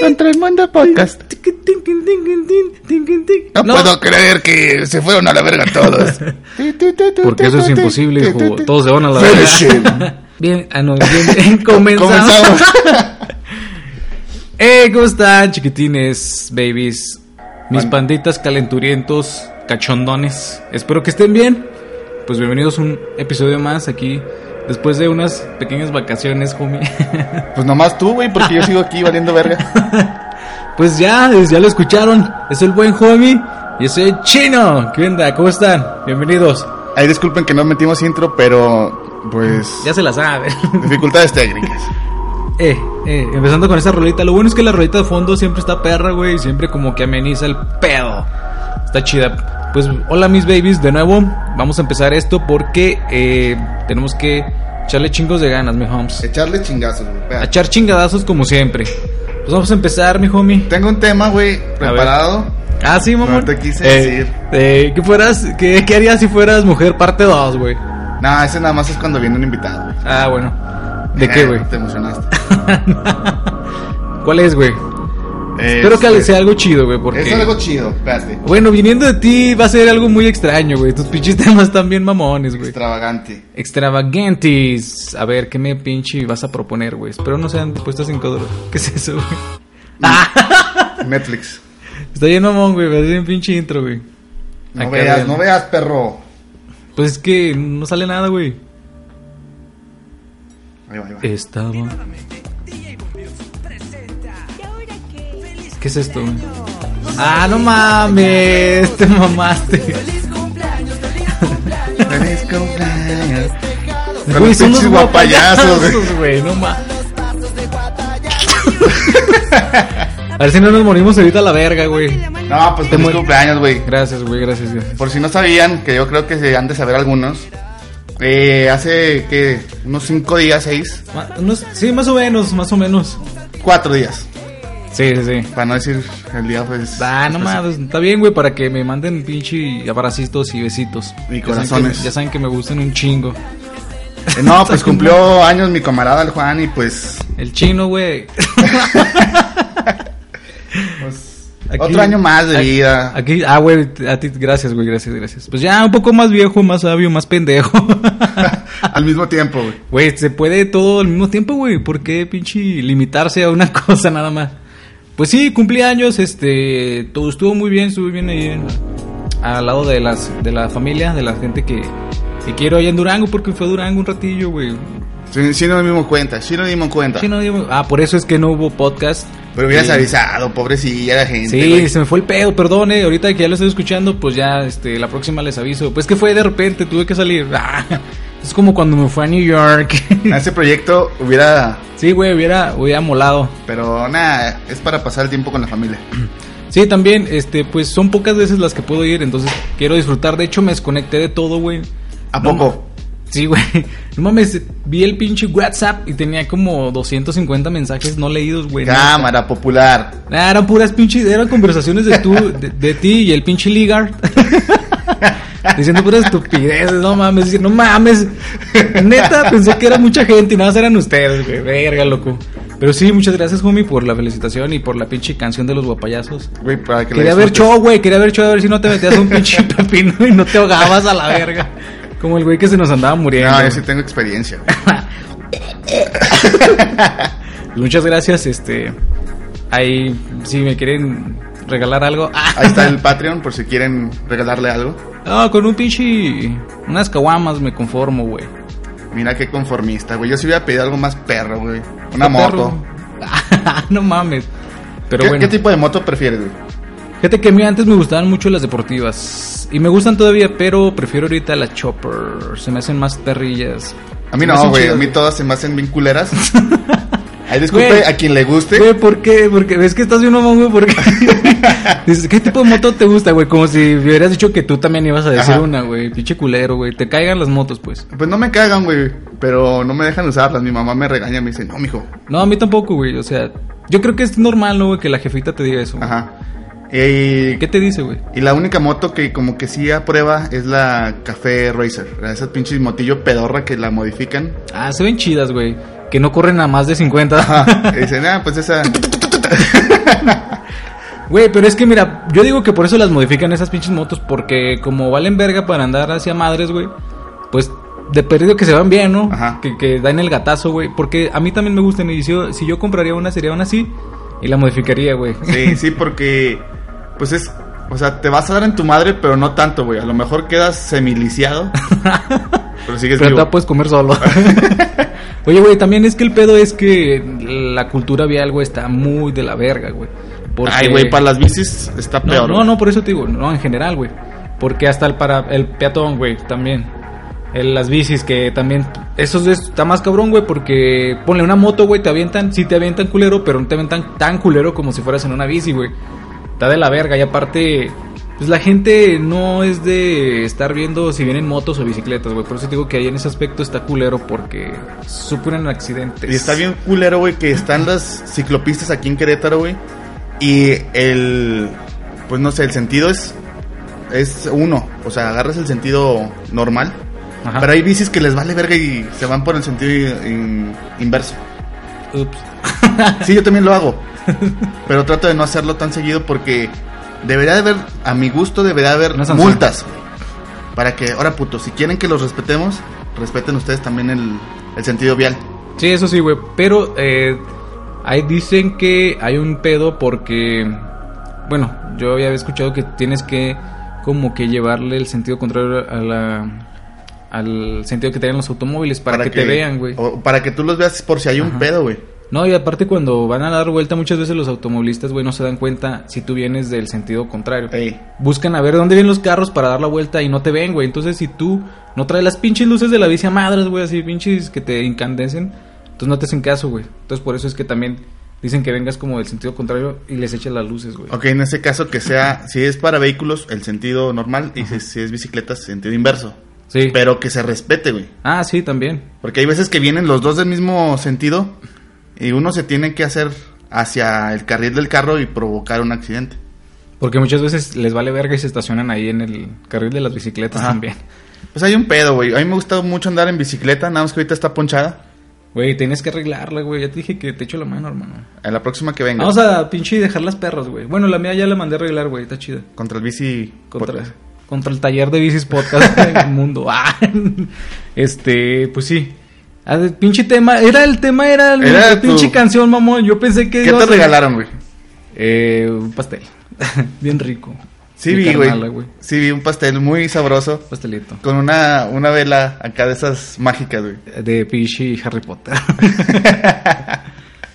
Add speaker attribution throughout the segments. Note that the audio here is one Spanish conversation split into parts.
Speaker 1: Contra el mundo podcast.
Speaker 2: No, puedo creer que se fueron a la verga todos.
Speaker 3: Porque eso es imposible, hijo. Todos se van a la
Speaker 2: Finish him.
Speaker 3: Bien, ah, no, bien, comenzamos.
Speaker 2: Comenzamos.
Speaker 3: Eh, ¿cómo están, chiquitines, babies? Mis panditas calenturientos, cachondones. Espero que estén bien. Pues bienvenidos a un episodio más aquí. Después de unas pequeñas vacaciones, homie.
Speaker 2: Pues nomás tú, güey, porque yo sigo aquí valiendo verga.
Speaker 3: Pues ya, ya lo escucharon. Es el buen homie. Y soy el chino. ¿Qué onda? ¿Cómo están? Bienvenidos.
Speaker 2: Ahí disculpen que no metimos intro, pero pues
Speaker 3: Ya se la saben.
Speaker 2: dificultades técnicas.
Speaker 3: Eh, eh, empezando con esa rolita. Lo bueno es que la rolita de fondo siempre está perra, güey. y Siempre como que ameniza el pedo. Está chida. Pues hola mis babies, de nuevo. Vamos a empezar esto porque eh, tenemos que echarle chingos de ganas, mi homes.
Speaker 2: Echarle chingazos, güey.
Speaker 3: A
Speaker 2: espérate.
Speaker 3: echar chingadazos como siempre. Pues vamos a empezar, mi homie.
Speaker 2: Tengo un tema, güey, preparado.
Speaker 3: Ah, sí, mamón.
Speaker 2: No te quise
Speaker 3: Eh,
Speaker 2: decir.
Speaker 3: eh, ¿qué, fueras, qué, qué harías si fueras mujer parte 2, güey?
Speaker 2: Nah, ese nada más es cuando viene un invitado, güey.
Speaker 3: Ah, bueno. ¿De qué,
Speaker 2: Eh,
Speaker 3: güey?
Speaker 2: Te emocionaste.
Speaker 3: ¿Cuál es, güey? Espero que
Speaker 2: Este,
Speaker 3: sea algo chido, güey. Porque...
Speaker 2: Es algo chido, espérate.
Speaker 3: Bueno, viniendo de ti va a ser algo muy extraño, güey. Tus pinches temas están bien mamones, güey.
Speaker 2: Extravagante.
Speaker 3: Extravagantes. A ver, ¿qué me pinche vas a proponer, güey? Espero no sean puestas en cuadro. ¿Qué es eso, güey?
Speaker 2: Netflix.
Speaker 3: Está bien mamón, güey. Va a ser un pinche intro, güey.
Speaker 2: No
Speaker 3: Acá,
Speaker 2: veas,
Speaker 3: güey.
Speaker 2: no veas, perro.
Speaker 3: Pues es que no sale nada, güey.
Speaker 2: Ahí va, ahí
Speaker 3: Eh,
Speaker 2: va.
Speaker 3: Estaba. ¿Qué es esto, güey? Ah, no mames. Te mamaste.
Speaker 2: Feliz cumpleaños. Con
Speaker 3: Güey,
Speaker 2: los
Speaker 3: son los
Speaker 2: pinches guapayazos, güey.
Speaker 3: guapayazos, güey. No ma- A ver si no nos morimos ahorita a la verga, güey.
Speaker 2: No, pues feliz
Speaker 3: muer-
Speaker 2: cumpleaños, güey.
Speaker 3: Gracias, güey, gracias, gracias.
Speaker 2: Por si no sabían, que yo creo que se han de saber algunos. eh, hace que unos 5 días, 6,
Speaker 3: Ma- unos- sí, más o menos, más o menos.
Speaker 2: 4 días.
Speaker 3: Sí, sí, sí.
Speaker 2: Para no decir el día, pues.
Speaker 3: Ah, no mames, está bien, güey, para que me manden pinche abracitos y besitos.
Speaker 2: Y
Speaker 3: Ya saben que-
Speaker 2: corazones.
Speaker 3: ya saben que me gustan un chingo.
Speaker 2: Eh, no, pues cumplió años mi camarada, el Juan, y pues.
Speaker 3: El chino, güey.
Speaker 2: pues,
Speaker 3: Aquí-
Speaker 2: otro año más de
Speaker 3: aquí-
Speaker 2: vida.
Speaker 3: Aquí, ah, güey, a ti, gracias, güey, gracias, gracias. Pues ya un poco más viejo, más sabio, más pendejo.
Speaker 2: Al mismo tiempo, güey.
Speaker 3: Güey, se puede todo al mismo tiempo, güey. ¿Por qué pinche limitarse a una cosa nada más? Pues sí, cumplí años, este, todo estuvo muy bien, estuve bien ahí en- al lado de las de la familia, de la gente que, que quiero allá en Durango, porque fue a Durango un ratillo, güey.
Speaker 2: Si, si no nos dimos cuenta, si no nos dimos cuenta.
Speaker 3: Sí, no, digo- ah, por eso es que no hubo podcast.
Speaker 2: Pero hubieras
Speaker 3: Sí.
Speaker 2: avisado, pobrecilla la gente.
Speaker 3: Sí,
Speaker 2: güey.
Speaker 3: se me fue el pedo, perdone. ahorita que ya lo estoy escuchando, pues ya este, la próxima les aviso. Pues que fue de repente, tuve que salir. Ah, es como cuando me fue a New York.
Speaker 2: A ese proyecto hubiera.
Speaker 3: sí, güey, hubiera, hubiera molado.
Speaker 2: Pero nada, es para pasar el tiempo con la familia.
Speaker 3: Sí, también, este, pues son pocas veces las que puedo ir, entonces quiero disfrutar. De hecho, me desconecté de todo, güey.
Speaker 2: ¿A
Speaker 3: No
Speaker 2: poco?
Speaker 3: Sí, güey. No mames, vi el pinche WhatsApp y tenía como 250 mensajes no leídos, güey.
Speaker 2: Cámara popular.
Speaker 3: Nah, eran puras pinches, eran conversaciones de tú, de, de ti y el pinche Ligard. Diciendo puras estupideces, no mames, dice, no mames. Neta, pensé que era mucha gente y nada más eran ustedes, güey. Verga, loco. Pero sí, muchas gracias, homie, por la felicitación y por la pinche canción de los guapayazos.
Speaker 2: Güey, para que la
Speaker 3: Quería ver
Speaker 2: disfrutes.
Speaker 3: show, güey, quería ver show, a ver si no te metías un pinche pepino y no te ahogabas a la verga. Como el güey que se nos andaba muriendo.
Speaker 2: No, yo
Speaker 3: güey.
Speaker 2: sí tengo experiencia. güey.
Speaker 3: Pues Muchas gracias, este. Ahí, si me quieren regalar algo. Ah,
Speaker 2: Ahí está el Patreon por si quieren regalarle algo.
Speaker 3: no, con un pinche. Unas caguamas me conformo, güey.
Speaker 2: Mira qué conformista, güey. Yo sí hubiera pedido algo más perro, güey. Una
Speaker 3: Está perro.
Speaker 2: moto.
Speaker 3: no mames. Pero
Speaker 2: ¿Qué,
Speaker 3: bueno.
Speaker 2: qué tipo de moto prefieres, güey?
Speaker 3: Fíjate que a mí antes me gustaban mucho las deportivas. Y me gustan todavía, pero prefiero ahorita las chopper. Se me hacen más perrillas.
Speaker 2: A mí
Speaker 3: Se me hacen
Speaker 2: no, güey. A
Speaker 3: chidas,
Speaker 2: mí todas se me hacen bien culeras. Ahí disculpe
Speaker 3: Güey.
Speaker 2: a quien le guste.
Speaker 3: Güey, ¿por qué? Porque ves que estás bien mamón, güey, porque dices, ¿qué tipo de moto te gusta, güey? Como si me hubieras dicho que tú también ibas a decir
Speaker 2: Ajá.
Speaker 3: una, güey, pinche culero, güey, te caigan las motos, pues.
Speaker 2: Pues no me cagan, güey. Pero no me dejan usarlas. Mi mamá me regaña. Me dice, no, mijo.
Speaker 3: No, a mí tampoco, güey, o sea, yo creo que es normal, ¿no, güey, que la jefita te diga eso. güey.
Speaker 2: Ajá. Y,
Speaker 3: ¿Qué te dice, güey?
Speaker 2: y la única moto que como que sí aprueba es la Café Racer. Esa pinche motillo pedorra que la modifican.
Speaker 3: Ah, se ven chidas, güey. que no corren a más de 50.
Speaker 2: Ajá. Y dicen, ah, pues esa.
Speaker 3: Güey, pero es que mira, yo digo que por eso las modifican esas pinches motos, porque como valen verga para andar hacia madres, güey, pues de perdido que se van bien, ¿no?
Speaker 2: Ajá.
Speaker 3: Que, que dan el gatazo, güey, porque a mí también me gustan y si yo, si yo compraría una sería una así y la modificaría, güey.
Speaker 2: Sí, sí, porque. Pues es. O sea, te vas a dar en tu madre, pero no tanto, güey. A lo mejor quedas semiliciado. pero
Speaker 3: Pero pues,
Speaker 2: sigues
Speaker 3: te
Speaker 2: vivo.
Speaker 3: la puedes comer solo. Oye, güey, también es que el pedo es que la cultura vial, güey, está muy de la verga, güey. Porque-
Speaker 2: Ay, güey, para las bicis está
Speaker 3: No,
Speaker 2: peor.
Speaker 3: no,
Speaker 2: güey.
Speaker 3: no, por eso te digo, no, en general, güey. Porque hasta el para el peatón, güey, también. El- las bicis, que también. Eso es- está más cabrón, güey, porque ponle una moto, güey, te avientan, sí te avientan culero, pero no te avientan tan culero como si fueras en una bici, güey. Está de la verga, y aparte, pues la gente no es de estar viendo si vienen motos o bicicletas, güey. Por eso te digo que ahí en ese aspecto está culero, porque suponen accidentes.
Speaker 2: Y está bien culero, güey, que están las ciclopistas aquí en Querétaro, güey. Y el. Pues no sé, el sentido es. Es uno. O sea, agarras el sentido normal.
Speaker 3: Ajá.
Speaker 2: Pero hay bicis que les vale verga y se van por el sentido i- in- inverso.
Speaker 3: Ups.
Speaker 2: Sí, yo también lo hago. Pero trato de no hacerlo tan seguido porque debería de haber, a mi gusto, debería de haber
Speaker 3: Una sanción.
Speaker 2: multas. güey. Para que, ahora puto, si quieren que los respetemos, respeten ustedes también el, el sentido vial.
Speaker 3: Sí, eso sí, güey. Pero eh, ahí dicen que hay un pedo porque, bueno, yo había escuchado que tienes que como que llevarle el sentido contrario a la, al sentido que tienen los automóviles para, que, te vean, güey.
Speaker 2: o Para que tú los veas por si hay un
Speaker 3: Ajá.
Speaker 2: pedo, güey.
Speaker 3: No, y aparte cuando van a dar vuelta muchas veces los automovilistas, güey, no se dan cuenta si tú vienes del sentido contrario.
Speaker 2: Ey.
Speaker 3: Buscan a ver dónde vienen los carros para dar la vuelta y no te ven, güey. Entonces, si tú no traes las pinches luces de la bici a madres, güey, así pinches que te incandescen, entonces no te hacen caso, güey. Entonces, por eso es que también dicen que vengas como del sentido contrario y les echas las luces, güey.
Speaker 2: Ok, en ese caso que sea, si es para vehículos, el sentido normal, y si, si es bicicletas, sentido inverso.
Speaker 3: Sí.
Speaker 2: Pero que se respete, güey.
Speaker 3: Ah, sí, también.
Speaker 2: Porque hay veces que vienen los dos del mismo sentido y uno se tiene que hacer hacia el carril del carro y provocar un accidente.
Speaker 3: Porque muchas veces les vale verga y se estacionan ahí en el carril de las bicicletas
Speaker 2: Ajá.
Speaker 3: también.
Speaker 2: Pues hay un pedo, güey. A mí me gusta mucho andar en bicicleta, nada más que ahorita está ponchada.
Speaker 3: Güey, tienes que arreglarla, güey. Ya te dije que te echo la mano, hermano.
Speaker 2: A la próxima que venga.
Speaker 3: Vamos a pinche dejar las perras, güey. Bueno, la mía ya la mandé a arreglar, güey. Está chida.
Speaker 2: Contra el bici.
Speaker 3: Contra,
Speaker 2: podcast.
Speaker 3: contra el taller de bicis podcast del mundo. Ah, este, pues sí. Ah, de- pinche tema, era el tema, era el
Speaker 2: Era
Speaker 3: la pinche
Speaker 2: tu-
Speaker 3: canción, mamón. Yo pensé que.
Speaker 2: ¿Qué
Speaker 3: iba a
Speaker 2: te
Speaker 3: ser-
Speaker 2: regalaron, güey?
Speaker 3: Eh, un pastel. Bien rico.
Speaker 2: Sí
Speaker 3: Mi
Speaker 2: vi,
Speaker 3: carnala,
Speaker 2: güey. Sí vi un pastel muy sabroso.
Speaker 3: Pastelito.
Speaker 2: Con una, una vela acá de esas mágicas, güey.
Speaker 3: De pinche Harry Potter.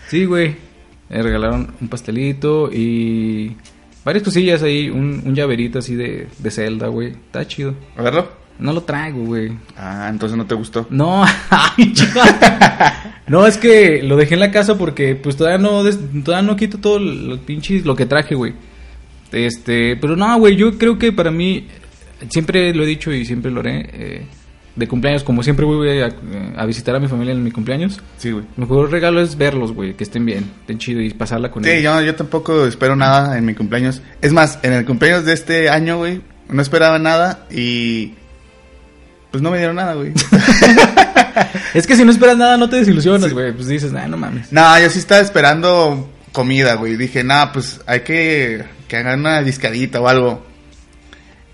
Speaker 3: sí, güey. Me regalaron un pastelito y. Varias cosillas ahí, un, un llaverito así de, de Zelda, güey. Está chido.
Speaker 2: ¿A verlo?
Speaker 3: No lo traigo, güey.
Speaker 2: Ah, entonces no te gustó.
Speaker 3: No, ay, ya. no, es que lo dejé en la casa porque pues todavía no, des- todavía no quito todo los pinches lo que traje, güey. Este, pero no, güey, yo creo que para mí, siempre lo he dicho y siempre lo haré, eh, de cumpleaños, como siempre voy a, eh, a visitar a mi familia en mi cumpleaños,
Speaker 2: Sí, güey.
Speaker 3: mi mejor regalo es verlos, güey, que estén bien, estén chido y pasarla con
Speaker 2: Sí,
Speaker 3: ellos.
Speaker 2: yo, yo tampoco espero nada en mi cumpleaños. Es más, en el cumpleaños de este año, güey, no esperaba nada y... Pues no me dieron nada, güey.
Speaker 3: Es que si no esperas nada no te desilusionas, güey, pues dices, nah, no mames.
Speaker 2: no, yo sí estaba esperando comida, güey. Dije, nada, pues hay que, que hagan una discadita o algo.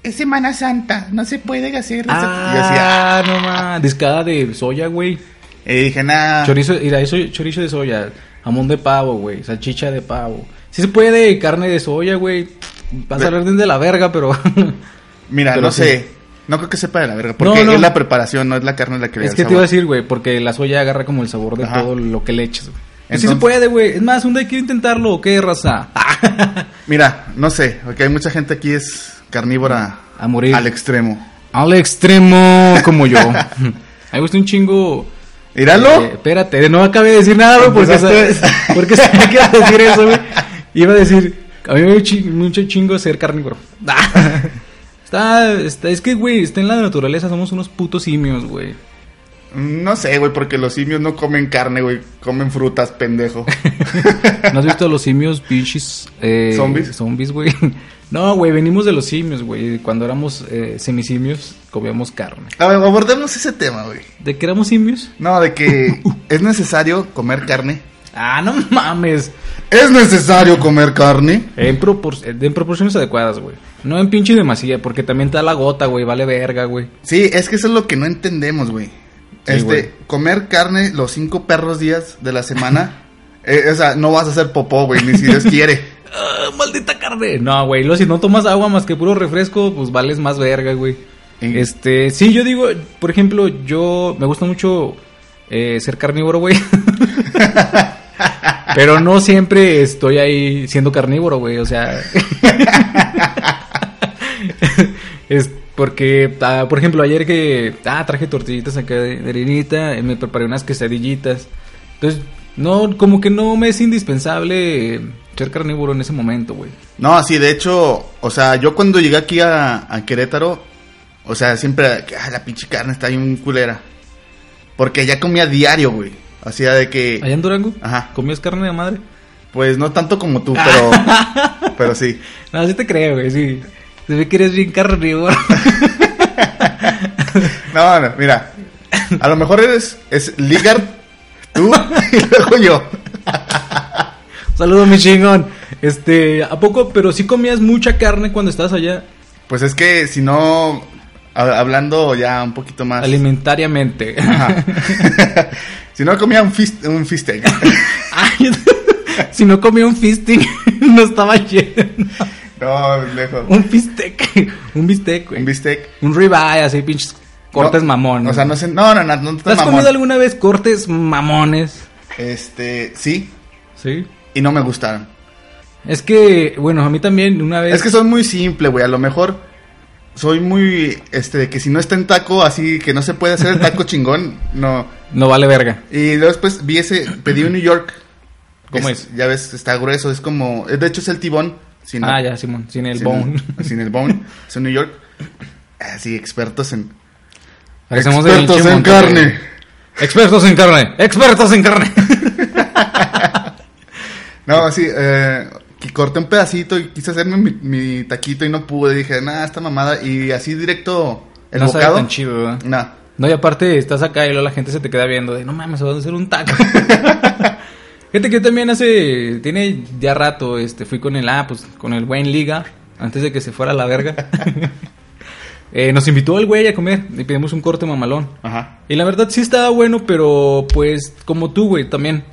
Speaker 2: Es Semana Santa, no se puede hacer. no se- Y yo decía,
Speaker 3: Ah, no mames, discada de soya, güey.
Speaker 2: y dije, nada.
Speaker 3: Chorizo, mira, eso, chorizo de soya, jamón de pavo, güey, salchicha de pavo. Si se puede, carne de soya, güey. Vas a
Speaker 2: Ve-
Speaker 3: hablar de la verga, pero.
Speaker 2: Mira,
Speaker 3: Pero
Speaker 2: no
Speaker 3: sí.
Speaker 2: sé. No creo que sepa de la verga. Porque
Speaker 3: no.
Speaker 2: es la preparación, no es la carne la que le
Speaker 3: es
Speaker 2: da
Speaker 3: que
Speaker 2: el
Speaker 3: te iba a
Speaker 2: sabor.
Speaker 3: decir, güey, porque la soya agarra como el sabor de
Speaker 2: Ajá.
Speaker 3: todo lo que le eches, güey. Pues sí se
Speaker 2: Entonces-
Speaker 3: puede, güey. Es más, un día quiero intentarlo, ¿o qué, raza?
Speaker 2: Mira, no sé. Porque hay mucha gente aquí es carnívora
Speaker 3: A morir.
Speaker 2: al extremo.
Speaker 3: Al extremo, como yo. A mí me gusta un chingo.
Speaker 2: Míralo.
Speaker 3: Eh, espérate, no acabé de decir nada, güey, porque
Speaker 2: Empezaste-
Speaker 3: sabes, porque sabía que iba a decir eso, güey. Iba a decir, a mí me dio chi- mucho chingo ser carnívoro. Ah. está, está, es que, güey, está en la naturaleza, somos unos putos simios, güey.
Speaker 2: No sé, güey, porque los simios no comen carne, güey. Comen frutas, pendejo.
Speaker 3: ¿No has visto a los simios, pinches? eh,
Speaker 2: ¿Zombies?
Speaker 3: Zombies, güey. No, güey, venimos de los simios, güey. Cuando éramos eh, semisimios, comíamos carne.
Speaker 2: A ver, abordemos ese tema, güey.
Speaker 3: ¿De qué éramos simios?
Speaker 2: No, de que es necesario comer carne.
Speaker 3: Ah, no mames.
Speaker 2: ¿Es necesario comer carne?
Speaker 3: En, propor- en proporciones adecuadas, güey. No en pinche demasía, porque también te da la gota, güey. Vale verga, güey.
Speaker 2: Sí, es que eso es lo que no entendemos, güey.
Speaker 3: Sí,
Speaker 2: este,
Speaker 3: güey.
Speaker 2: comer carne los cinco perros días de la semana. eh, o sea, no vas a hacer popó, güey, ni si Dios quiere.
Speaker 3: Ah, maldita carne. No, güey, lo si no tomas agua más que puro refresco, pues vales más verga, güey.
Speaker 2: Y-
Speaker 3: Este, sí, yo digo, por ejemplo, yo me gusta mucho eh, ser carnívoro, güey. Pero no siempre estoy ahí siendo carnívoro, güey, o sea. es porque, ah, por ejemplo, ayer que ah, traje tortillitas acá de, de harinita, eh, me preparé unas quesadillitas. Entonces, no, como que no me es indispensable ser carnívoro en ese momento, güey.
Speaker 2: No, sí, de hecho, o sea, yo cuando llegué aquí a, a Querétaro, o sea, siempre, ah, la pinche carne está bien culera. Porque ya comía diario, güey. Hacía de que,
Speaker 3: Allá en Durango,
Speaker 2: Ajá.
Speaker 3: comías carne de madre.
Speaker 2: pues no tanto como tú, pero, pero sí.
Speaker 3: No, sí te creo, güey, sí. Se ve que eres bien carnívoro.
Speaker 2: No, no, mira. A lo mejor eres es Ligard, tú y luego yo.
Speaker 3: Saludos, mi chingón. Este, ¿a poco? Pero sí comías mucha carne cuando estabas allá,
Speaker 2: Pues es que si no, ha- hablando ya un poquito más.
Speaker 3: alimentariamente.
Speaker 2: Ajá. si no comía un fist, un fistec.
Speaker 3: Ay, si no comía un fisting, no estaba lleno.
Speaker 2: No, lejos.
Speaker 3: Un bistec. Un bistec, güey.
Speaker 2: Un
Speaker 3: Un,
Speaker 2: bistec.
Speaker 3: ribeye, así pinches cortes
Speaker 2: No,
Speaker 3: mamón.
Speaker 2: O sea, no sé. No, no, no, no
Speaker 3: ¿Te
Speaker 2: tan
Speaker 3: has
Speaker 2: mamón.
Speaker 3: comido alguna vez cortes mamones?
Speaker 2: Este, sí,
Speaker 3: Sí.
Speaker 2: y no me gustaron.
Speaker 3: Es que, bueno, a mí también una vez.
Speaker 2: Es que soy muy simple, güey. A lo mejor soy muy. Este, de que si no está en taco, así que no se puede hacer el taco chingón, no.
Speaker 3: No vale verga.
Speaker 2: Y luego después vi ese, pedí un New York.
Speaker 3: ¿Cómo es?
Speaker 2: Ya ves, está grueso, es como, eh, de hecho es el tibón. Sin
Speaker 3: Ah, ya, Simón, sin el
Speaker 2: sin
Speaker 3: bone.
Speaker 2: sin el bone, es un New York. Así, expertos en...
Speaker 3: Parecemos de pinche Monterrey. Expertos en carne. Expertos en carne.
Speaker 2: No, así, eh, que corté un pedacito y quise hacerme mi, mi taquito y no pude. Dije, nada, esta mamada. Y así directo, el
Speaker 3: no sabe
Speaker 2: bocado.
Speaker 3: tan chido, ¿verdad?
Speaker 2: Nah.
Speaker 3: No, y aparte estás acá y luego la gente se te queda viendo de no mames, se va a hacer un taco. Gente que yo también hace, tiene ya rato, este, fui con el, ah, pues, con el güey en liga, antes de que se fuera a la verga. Eh, nos invitó el güey a comer y pedimos un corte mamalón.
Speaker 2: Ajá.
Speaker 3: Y la verdad sí estaba bueno, pero pues, como tú, güey, también.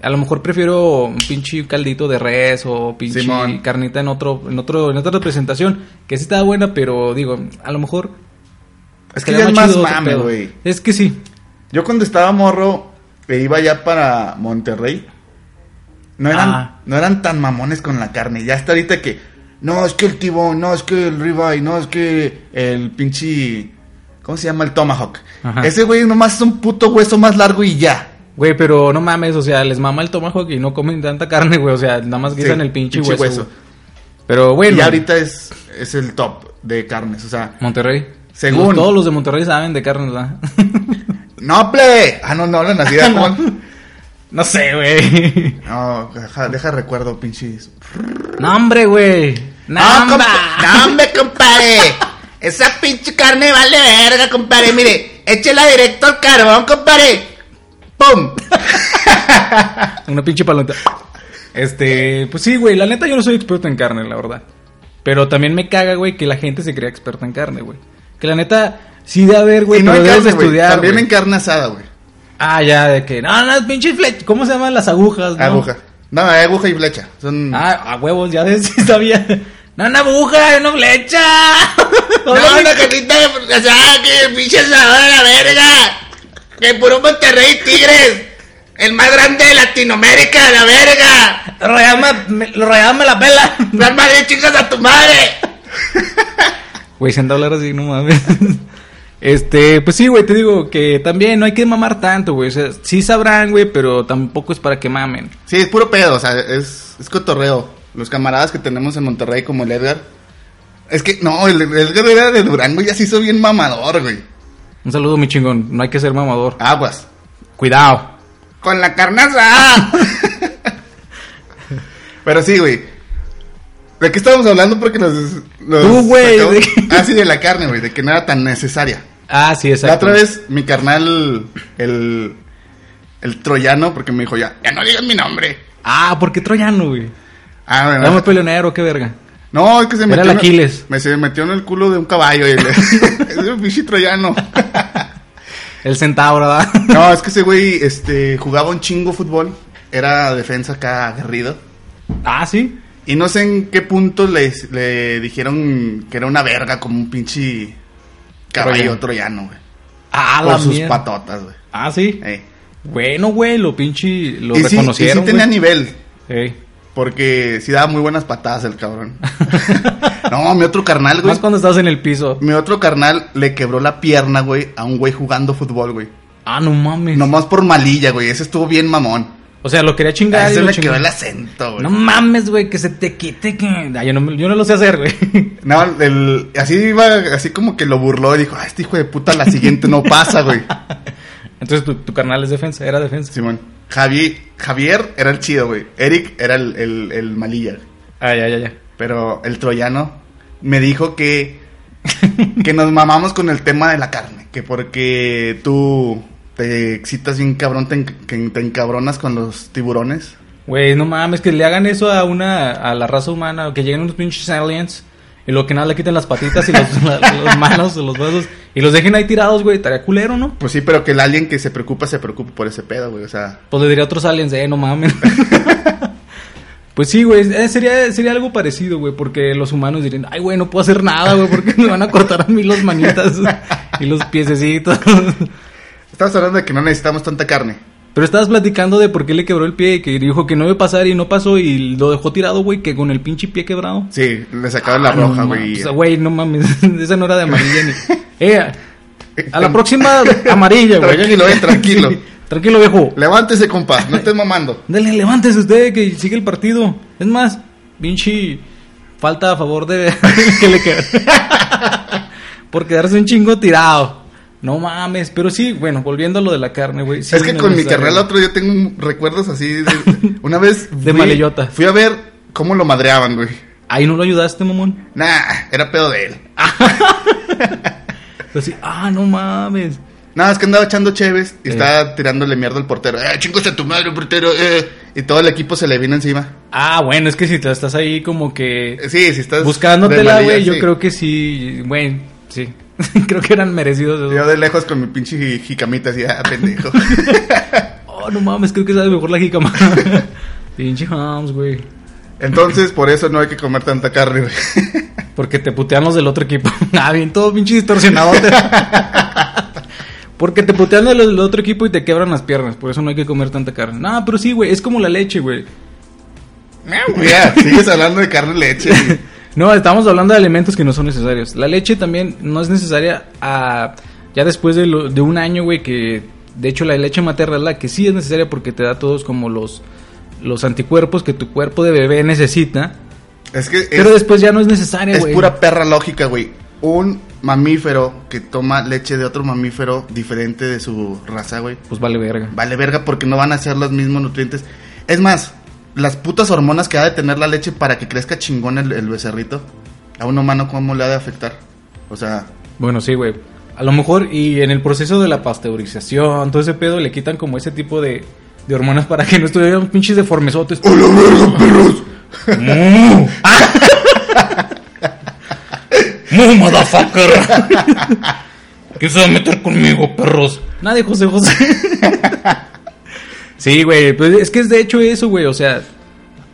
Speaker 3: A lo mejor prefiero un pinche caldito de res o pinche
Speaker 2: Simón.
Speaker 3: carnita en otro, en otro, en otra representación, que sí estaba buena, pero digo, a lo mejor
Speaker 2: Es que
Speaker 3: Queda
Speaker 2: ya es más
Speaker 3: chido otro
Speaker 2: mame,
Speaker 3: pedo.
Speaker 2: güey.
Speaker 3: Es que sí.
Speaker 2: Yo cuando estaba morro, e iba ya para Monterrey. No eran,
Speaker 3: Ah.
Speaker 2: no eran tan mamones con la carne. Ya hasta ahorita que. No, es que el tibón, no, es que el ribeye, no, es que el pinche. ¿Cómo se llama? El tomahawk.
Speaker 3: Ajá.
Speaker 2: Ese güey nomás es un puto hueso más largo y ya.
Speaker 3: Güey, pero no mames, o sea, les mama el tomahawk y no comen tanta carne, güey. O sea, nada más
Speaker 2: Sí,
Speaker 3: guisan el pinche, hueso. güey. Pero
Speaker 2: Y
Speaker 3: bueno,
Speaker 2: ya ahorita es, es el top de carnes. O sea,
Speaker 3: Monterrey.
Speaker 2: Según.
Speaker 3: Los- todos los de Monterrey saben de carne, ¿verdad?
Speaker 2: ¡No, plebe! Ah, no, no hablan así de Juan.
Speaker 3: no sé, güey.
Speaker 2: No, deja, deja recuerdo, pinches.
Speaker 3: No, hombre, güey.
Speaker 2: Ah, compa-
Speaker 3: ¡Namba!
Speaker 2: no, hombre, compadre! Esa pinche carne vale verga, compadre. Mire, échela directo al carbón, compadre. ¡Pum!
Speaker 3: Una pinche palonta. Este, pues sí, güey. La neta, yo no soy experto en carne, la verdad. Pero también me caga, güey, que la gente se crea experta en carne, güey. Que la neta, sí de haber, güey,
Speaker 2: y no
Speaker 3: pero
Speaker 2: en
Speaker 3: debes de
Speaker 2: carne, güey,
Speaker 3: estudiar.
Speaker 2: También
Speaker 3: güey.
Speaker 2: en carne asada, güey.
Speaker 3: Ah, ya, de que, no, no, pinche flecha. ¿Cómo se llaman las agujas? no?
Speaker 2: Ah, Aguja. No, aguja y flecha. Son.
Speaker 3: Ah, a huevos, ya de- sí sabía. No, una aguja, una flecha.
Speaker 2: no, una carnita de asada, que pinche asada de la verga. Que puro Monterrey Tigres. El más grande de Latinoamérica, de la verga.
Speaker 3: Rayame, rayame la pela.
Speaker 2: Las madre chicas a tu madre.
Speaker 3: Güey, siento hablar así, no mames. Este, pues sí, güey, te digo que también no hay que mamar tanto, güey. O sea, sí sabrán, güey, pero tampoco es para que mamen.
Speaker 2: Sí, es puro pedo, o sea, es, es cotorreo. Los camaradas que tenemos en Monterrey, como el Edgar. Es que no, el el Edgar era de Durango y ya se hizo bien mamador, güey.
Speaker 3: Un saludo, mi chingón. No hay que ser mamador.
Speaker 2: Aguas.
Speaker 3: Cuidado.
Speaker 2: Con la
Speaker 3: Ah.
Speaker 2: carnaza. Pero sí, güey. ¿De qué estábamos hablando? Porque nos... nos
Speaker 3: Tú, güey,
Speaker 2: sacamos-
Speaker 3: de-
Speaker 2: Ah, sí, de la carne, güey. De que no era tan necesaria.
Speaker 3: Ah, sí, exacto.
Speaker 2: La otra vez, mi carnal, el... El troyano, porque me dijo ya, ya no digas mi nombre.
Speaker 3: Ah, ¿por qué troyano, güey?
Speaker 2: Ah, bueno.
Speaker 3: Dame peleonero, qué verga.
Speaker 2: No, es que se
Speaker 3: Era
Speaker 2: metió.
Speaker 3: el
Speaker 2: en-
Speaker 3: Aquiles.
Speaker 2: Me se metió en el culo de un caballo. Y le- es un pinche troyano.
Speaker 3: El centauro, ¿verdad?
Speaker 2: No, es que ese güey este, jugaba un chingo fútbol. Era defensa acá aguerrido.
Speaker 3: ah, sí.
Speaker 2: Y no sé en qué punto le, le dijeron que era una verga como un pinche caballo troyano, güey.
Speaker 3: Ah, la
Speaker 2: Por sus
Speaker 3: mierda.
Speaker 2: patotas, güey.
Speaker 3: Ah, sí.
Speaker 2: Eh.
Speaker 3: Bueno, güey, lo pinche. Lo
Speaker 2: y sí, y sí
Speaker 3: reconocieron.
Speaker 2: tenía
Speaker 3: güey.
Speaker 2: nivel.
Speaker 3: Ey.
Speaker 2: Porque sí daba muy buenas patadas el cabrón. no, mi otro carnal, güey.
Speaker 3: Más cuando estás en el piso.
Speaker 2: Mi otro carnal le quebró la pierna, güey, a un güey jugando fútbol, güey.
Speaker 3: Ah, no mames.
Speaker 2: Nomás por malilla, güey. Ese estuvo bien mamón.
Speaker 3: O sea, lo quería
Speaker 2: A
Speaker 3: chingar. y
Speaker 2: ese
Speaker 3: lo
Speaker 2: Ah, le
Speaker 3: chingó.
Speaker 2: quedó el acento, güey.
Speaker 3: No mames, güey, que se te quite. Que... Ah, yo, no, me- yo no lo sé hacer, güey.
Speaker 2: No, el, así iba, así como que lo burló y dijo, ah, este hijo de puta, la siguiente no pasa, güey.
Speaker 3: Entonces tu, tu carnal es defensa, era defensa.
Speaker 2: Simón. Javi, Javier era el chido, güey. Eric era el, el, el malilla. güey.
Speaker 3: Ah, ya, ya, ya.
Speaker 2: Pero el troyano me dijo que, que nos mamamos con el tema de la carne. Que porque tú te excitas bien cabrón, te, enc- que te encabronas con los tiburones.
Speaker 3: Güey, no mames, que le hagan eso a una, a la raza humana, o que lleguen unos pinches aliens y lo que nada le quiten las patitas y los, la- los manos o los brazos y los dejen ahí tirados, güey, estaría culero, ¿no?
Speaker 2: Pues sí, pero que el alguien que se preocupa, se preocupa por ese pedo, güey. O sea,
Speaker 3: Pues le diría a otros aliens, eh, no mames. pues sí, güey, eh, sería, sería algo parecido, güey, porque los humanos dirían, ay, güey, no puedo hacer nada, güey, porque me van a cortar a mí las manitas y los piececitos.
Speaker 2: estabas hablando de que no necesitamos tanta carne.
Speaker 3: Pero estabas platicando de por qué le quebró el pie y que dijo que no iba a pasar y no pasó y lo dejó tirado, güey, que con el pinche pie quebrado.
Speaker 2: Sí, le sacaron la
Speaker 3: Ah, no
Speaker 2: roja,
Speaker 3: mames,
Speaker 2: güey.
Speaker 3: o sea, Güey, no mames, esa no era de amarilla ni. Eh, a la próxima amarilla, güey.
Speaker 2: Tranquilo, eh, tranquilo.
Speaker 3: Sí, tranquilo, viejo.
Speaker 2: Levántese, compa, no estés mamando.
Speaker 3: Dale, levántese usted que sigue el partido. Es más, Vinci falta a favor de que le quede. Por quedarse un chingo tirado. No mames, pero sí, bueno, volviendo a lo de la carne, güey. sí
Speaker 2: es que con mi
Speaker 3: necesario.
Speaker 2: carnal otro yo tengo un- recuerdos así. de- una vez.
Speaker 3: De
Speaker 2: fui-
Speaker 3: malillota.
Speaker 2: Fui a ver cómo lo madreaban, güey.
Speaker 3: Ahí no lo ayudaste, mamón.
Speaker 2: Nah, era pedo de él.
Speaker 3: Así, ah, no mames.
Speaker 2: Nada, es que andaba echando cheves y
Speaker 3: Eh.
Speaker 2: estaba tirándole mierda al portero. ¡Eh, chingos a tu madre, portero! eh. Y todo el equipo se le vino encima.
Speaker 3: Ah, bueno, es que si te estás ahí como que
Speaker 2: Eh, Sí, si estás.
Speaker 3: Buscándotela,
Speaker 2: de
Speaker 3: güey,
Speaker 2: malilla,
Speaker 3: yo
Speaker 2: sí.
Speaker 3: creo que sí, güey, sí. creo que eran merecidos esos.
Speaker 2: Yo de lejos con mi pinche jicamita así, ah, pendejo.
Speaker 3: Oh, no mames, creo que sabe mejor la jicama. Pinche Hams, güey.
Speaker 2: Entonces, por eso no hay que comer tanta carne, güey.
Speaker 3: Porque te putean los del otro equipo. ah, bien, todo pinche distorsionado. Porque te putean los del otro equipo y te quebran las piernas. Por eso no hay que comer tanta carne. No, pero sí, güey, es como la leche, güey.
Speaker 2: Mira, sigues hablando de carne y leche. güey.
Speaker 3: No, estamos hablando de alimentos que no son necesarios. La leche también no es necesaria a, ya después de, lo- de un año, güey, que de hecho la leche materna es la que sí es necesaria porque te da todos como los, los anticuerpos que tu cuerpo de bebé necesita.
Speaker 2: Es que es,
Speaker 3: pero después ya no es necesaria,
Speaker 2: es
Speaker 3: güey.
Speaker 2: pura perra lógica, güey. Un mamífero que toma leche de otro mamífero diferente de su raza, güey.
Speaker 3: Pues vale verga.
Speaker 2: Vale verga porque no van a ser los mismos nutrientes. Es más, las putas hormonas que ha de tener la leche para que crezca chingón el, el becerrito. A un humano, ¿cómo le ha de afectar? O sea,
Speaker 3: Bueno, sí, güey. A lo mejor y en el proceso de la pasteurización, todo ese pedo, le quitan como ese tipo de, de hormonas para que no estuvieran pinches deformesotes.
Speaker 2: ¡A la verga, perros!
Speaker 3: ¡Mu! ¡Mu, motherfucker! ¿Quién se va a meter conmigo, perros? Nada de José José. sí, güey, pues es que es de hecho eso, güey, o sea,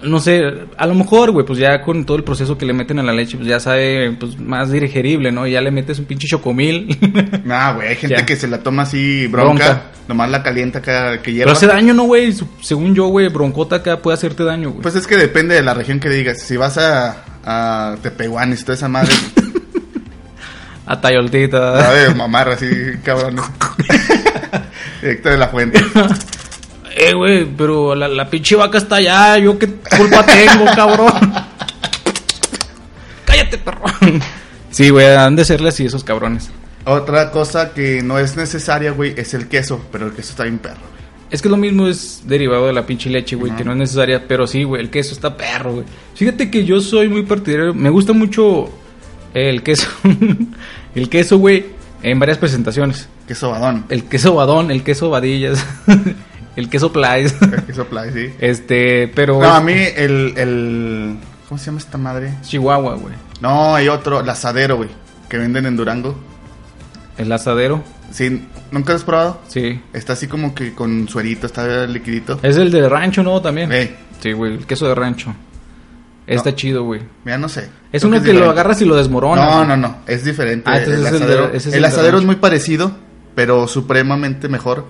Speaker 3: no sé, a lo mejor, güey, pues ya con todo el proceso que le meten a la leche, pues ya sabe, pues más digerible, ¿no? Ya le metes un pinche chocomil.
Speaker 2: Nah, güey, hay gente
Speaker 3: Ya.
Speaker 2: que se la toma así bronca.
Speaker 3: Bronca.
Speaker 2: Nomás la calienta acá que
Speaker 3: Pero
Speaker 2: lleva.
Speaker 3: hace daño, ¿no, güey? Según yo, güey, broncota acá puede hacerte daño, güey.
Speaker 2: Pues es que depende de la región que digas. Si vas a, a Tepehuán y toda esa madre,
Speaker 3: A tayoltita.
Speaker 2: sabe mamar así, cabrón. Directo de la fuente.
Speaker 3: Eh, güey, pero la, la pinche vaca está allá, yo qué culpa tengo, cabrón. Cállate, perro. Sí, güey, han de serle así esos cabrones.
Speaker 2: Otra cosa que no es necesaria, güey, es el queso, pero el queso está bien perro. güey.
Speaker 3: Es que lo mismo es derivado de la pinche leche, güey, que no es necesaria, pero sí, güey, el queso está perro, güey. Fíjate que yo soy muy partidario, me gusta mucho el queso, el queso, güey, en varias presentaciones.
Speaker 2: Queso badón.
Speaker 3: El queso badón, el queso vadillas, el queso plais,
Speaker 2: El queso play, sí.
Speaker 3: este, pero...
Speaker 2: No, a mí el, el... ¿Cómo se llama esta madre?
Speaker 3: Chihuahua, güey,
Speaker 2: No, hay otro, el asadero, güey, que venden en Durango.
Speaker 3: el asadero,
Speaker 2: Sí, ¿nunca lo has probado?
Speaker 3: sí.
Speaker 2: Está así como que con suerito, está liquidito.
Speaker 3: Es el de rancho, ¿no? También.
Speaker 2: Ey.
Speaker 3: Sí, güey, el queso de rancho. Está
Speaker 2: No.
Speaker 3: chido, güey.
Speaker 2: Mira, no sé.
Speaker 3: Es
Speaker 2: Creo
Speaker 3: uno que, lo
Speaker 2: diferente.
Speaker 3: agarras y lo desmorona.
Speaker 2: No,
Speaker 3: güey.
Speaker 2: no, no, es diferente.
Speaker 3: Ah, entonces
Speaker 2: el
Speaker 3: es el de-
Speaker 2: asadero,
Speaker 3: ese es
Speaker 2: el
Speaker 3: el de
Speaker 2: asadero es
Speaker 3: rancho.
Speaker 2: muy parecido, pero supremamente mejor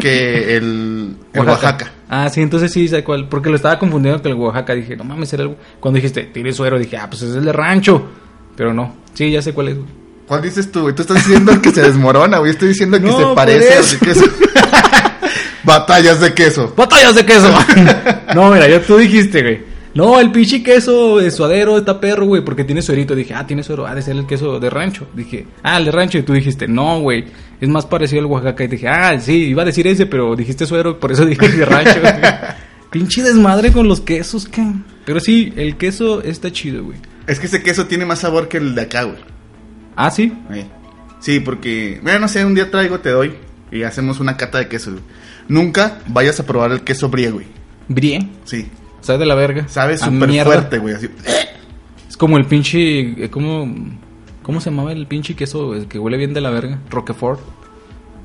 Speaker 2: que el, el Oaxaca.
Speaker 3: Ah, sí, entonces sí, sé cuál. Porque lo estaba confundiendo con el Oaxaca. Dije, no mames, era el... Cuando dijiste, tire suero, dije, ah, pues es el de rancho. Pero no. Sí, ya sé cuál es, güey.
Speaker 2: ¿Cuál dices tú? güey? Tú estás diciendo el que se desmorona, güey. Yo estoy diciendo el que
Speaker 3: No,
Speaker 2: se
Speaker 3: por
Speaker 2: parece al
Speaker 3: eso.
Speaker 2: de queso. Batallas de queso.
Speaker 3: ¡Batallas de queso! no, mira, ya tú dijiste, güey. No, el pinche queso de suadero está perro, güey, porque tiene suerito. Dije, ah, tiene suero, ha de ser el queso de rancho. Dije, ah, el de rancho. Y tú dijiste, no, güey, es más parecido al Oaxaca. Y dije, ah, sí, iba a decir ese, pero dijiste suero, por eso dije de rancho. güey. pinche desmadre con los quesos, ¿qué? Pero sí, el queso está chido, güey.
Speaker 2: Es que ese queso tiene más sabor que el de acá, güey.
Speaker 3: Ah, sí.
Speaker 2: Ahí. Sí, porque, mira, no sé, un día traigo, te doy y hacemos una cata de quesos. güey. Nunca vayas a probar el queso brie, güey.
Speaker 3: Brie,
Speaker 2: Sí,
Speaker 3: sabe de la verga.
Speaker 2: sabe
Speaker 3: A
Speaker 2: súper
Speaker 3: Ah, mierda.
Speaker 2: fuerte, güey. así.
Speaker 3: Es como el pinche. eh, ¿Cómo, ¿Cómo se llamaba el pinche queso el que huele bien de la verga? Roquefort.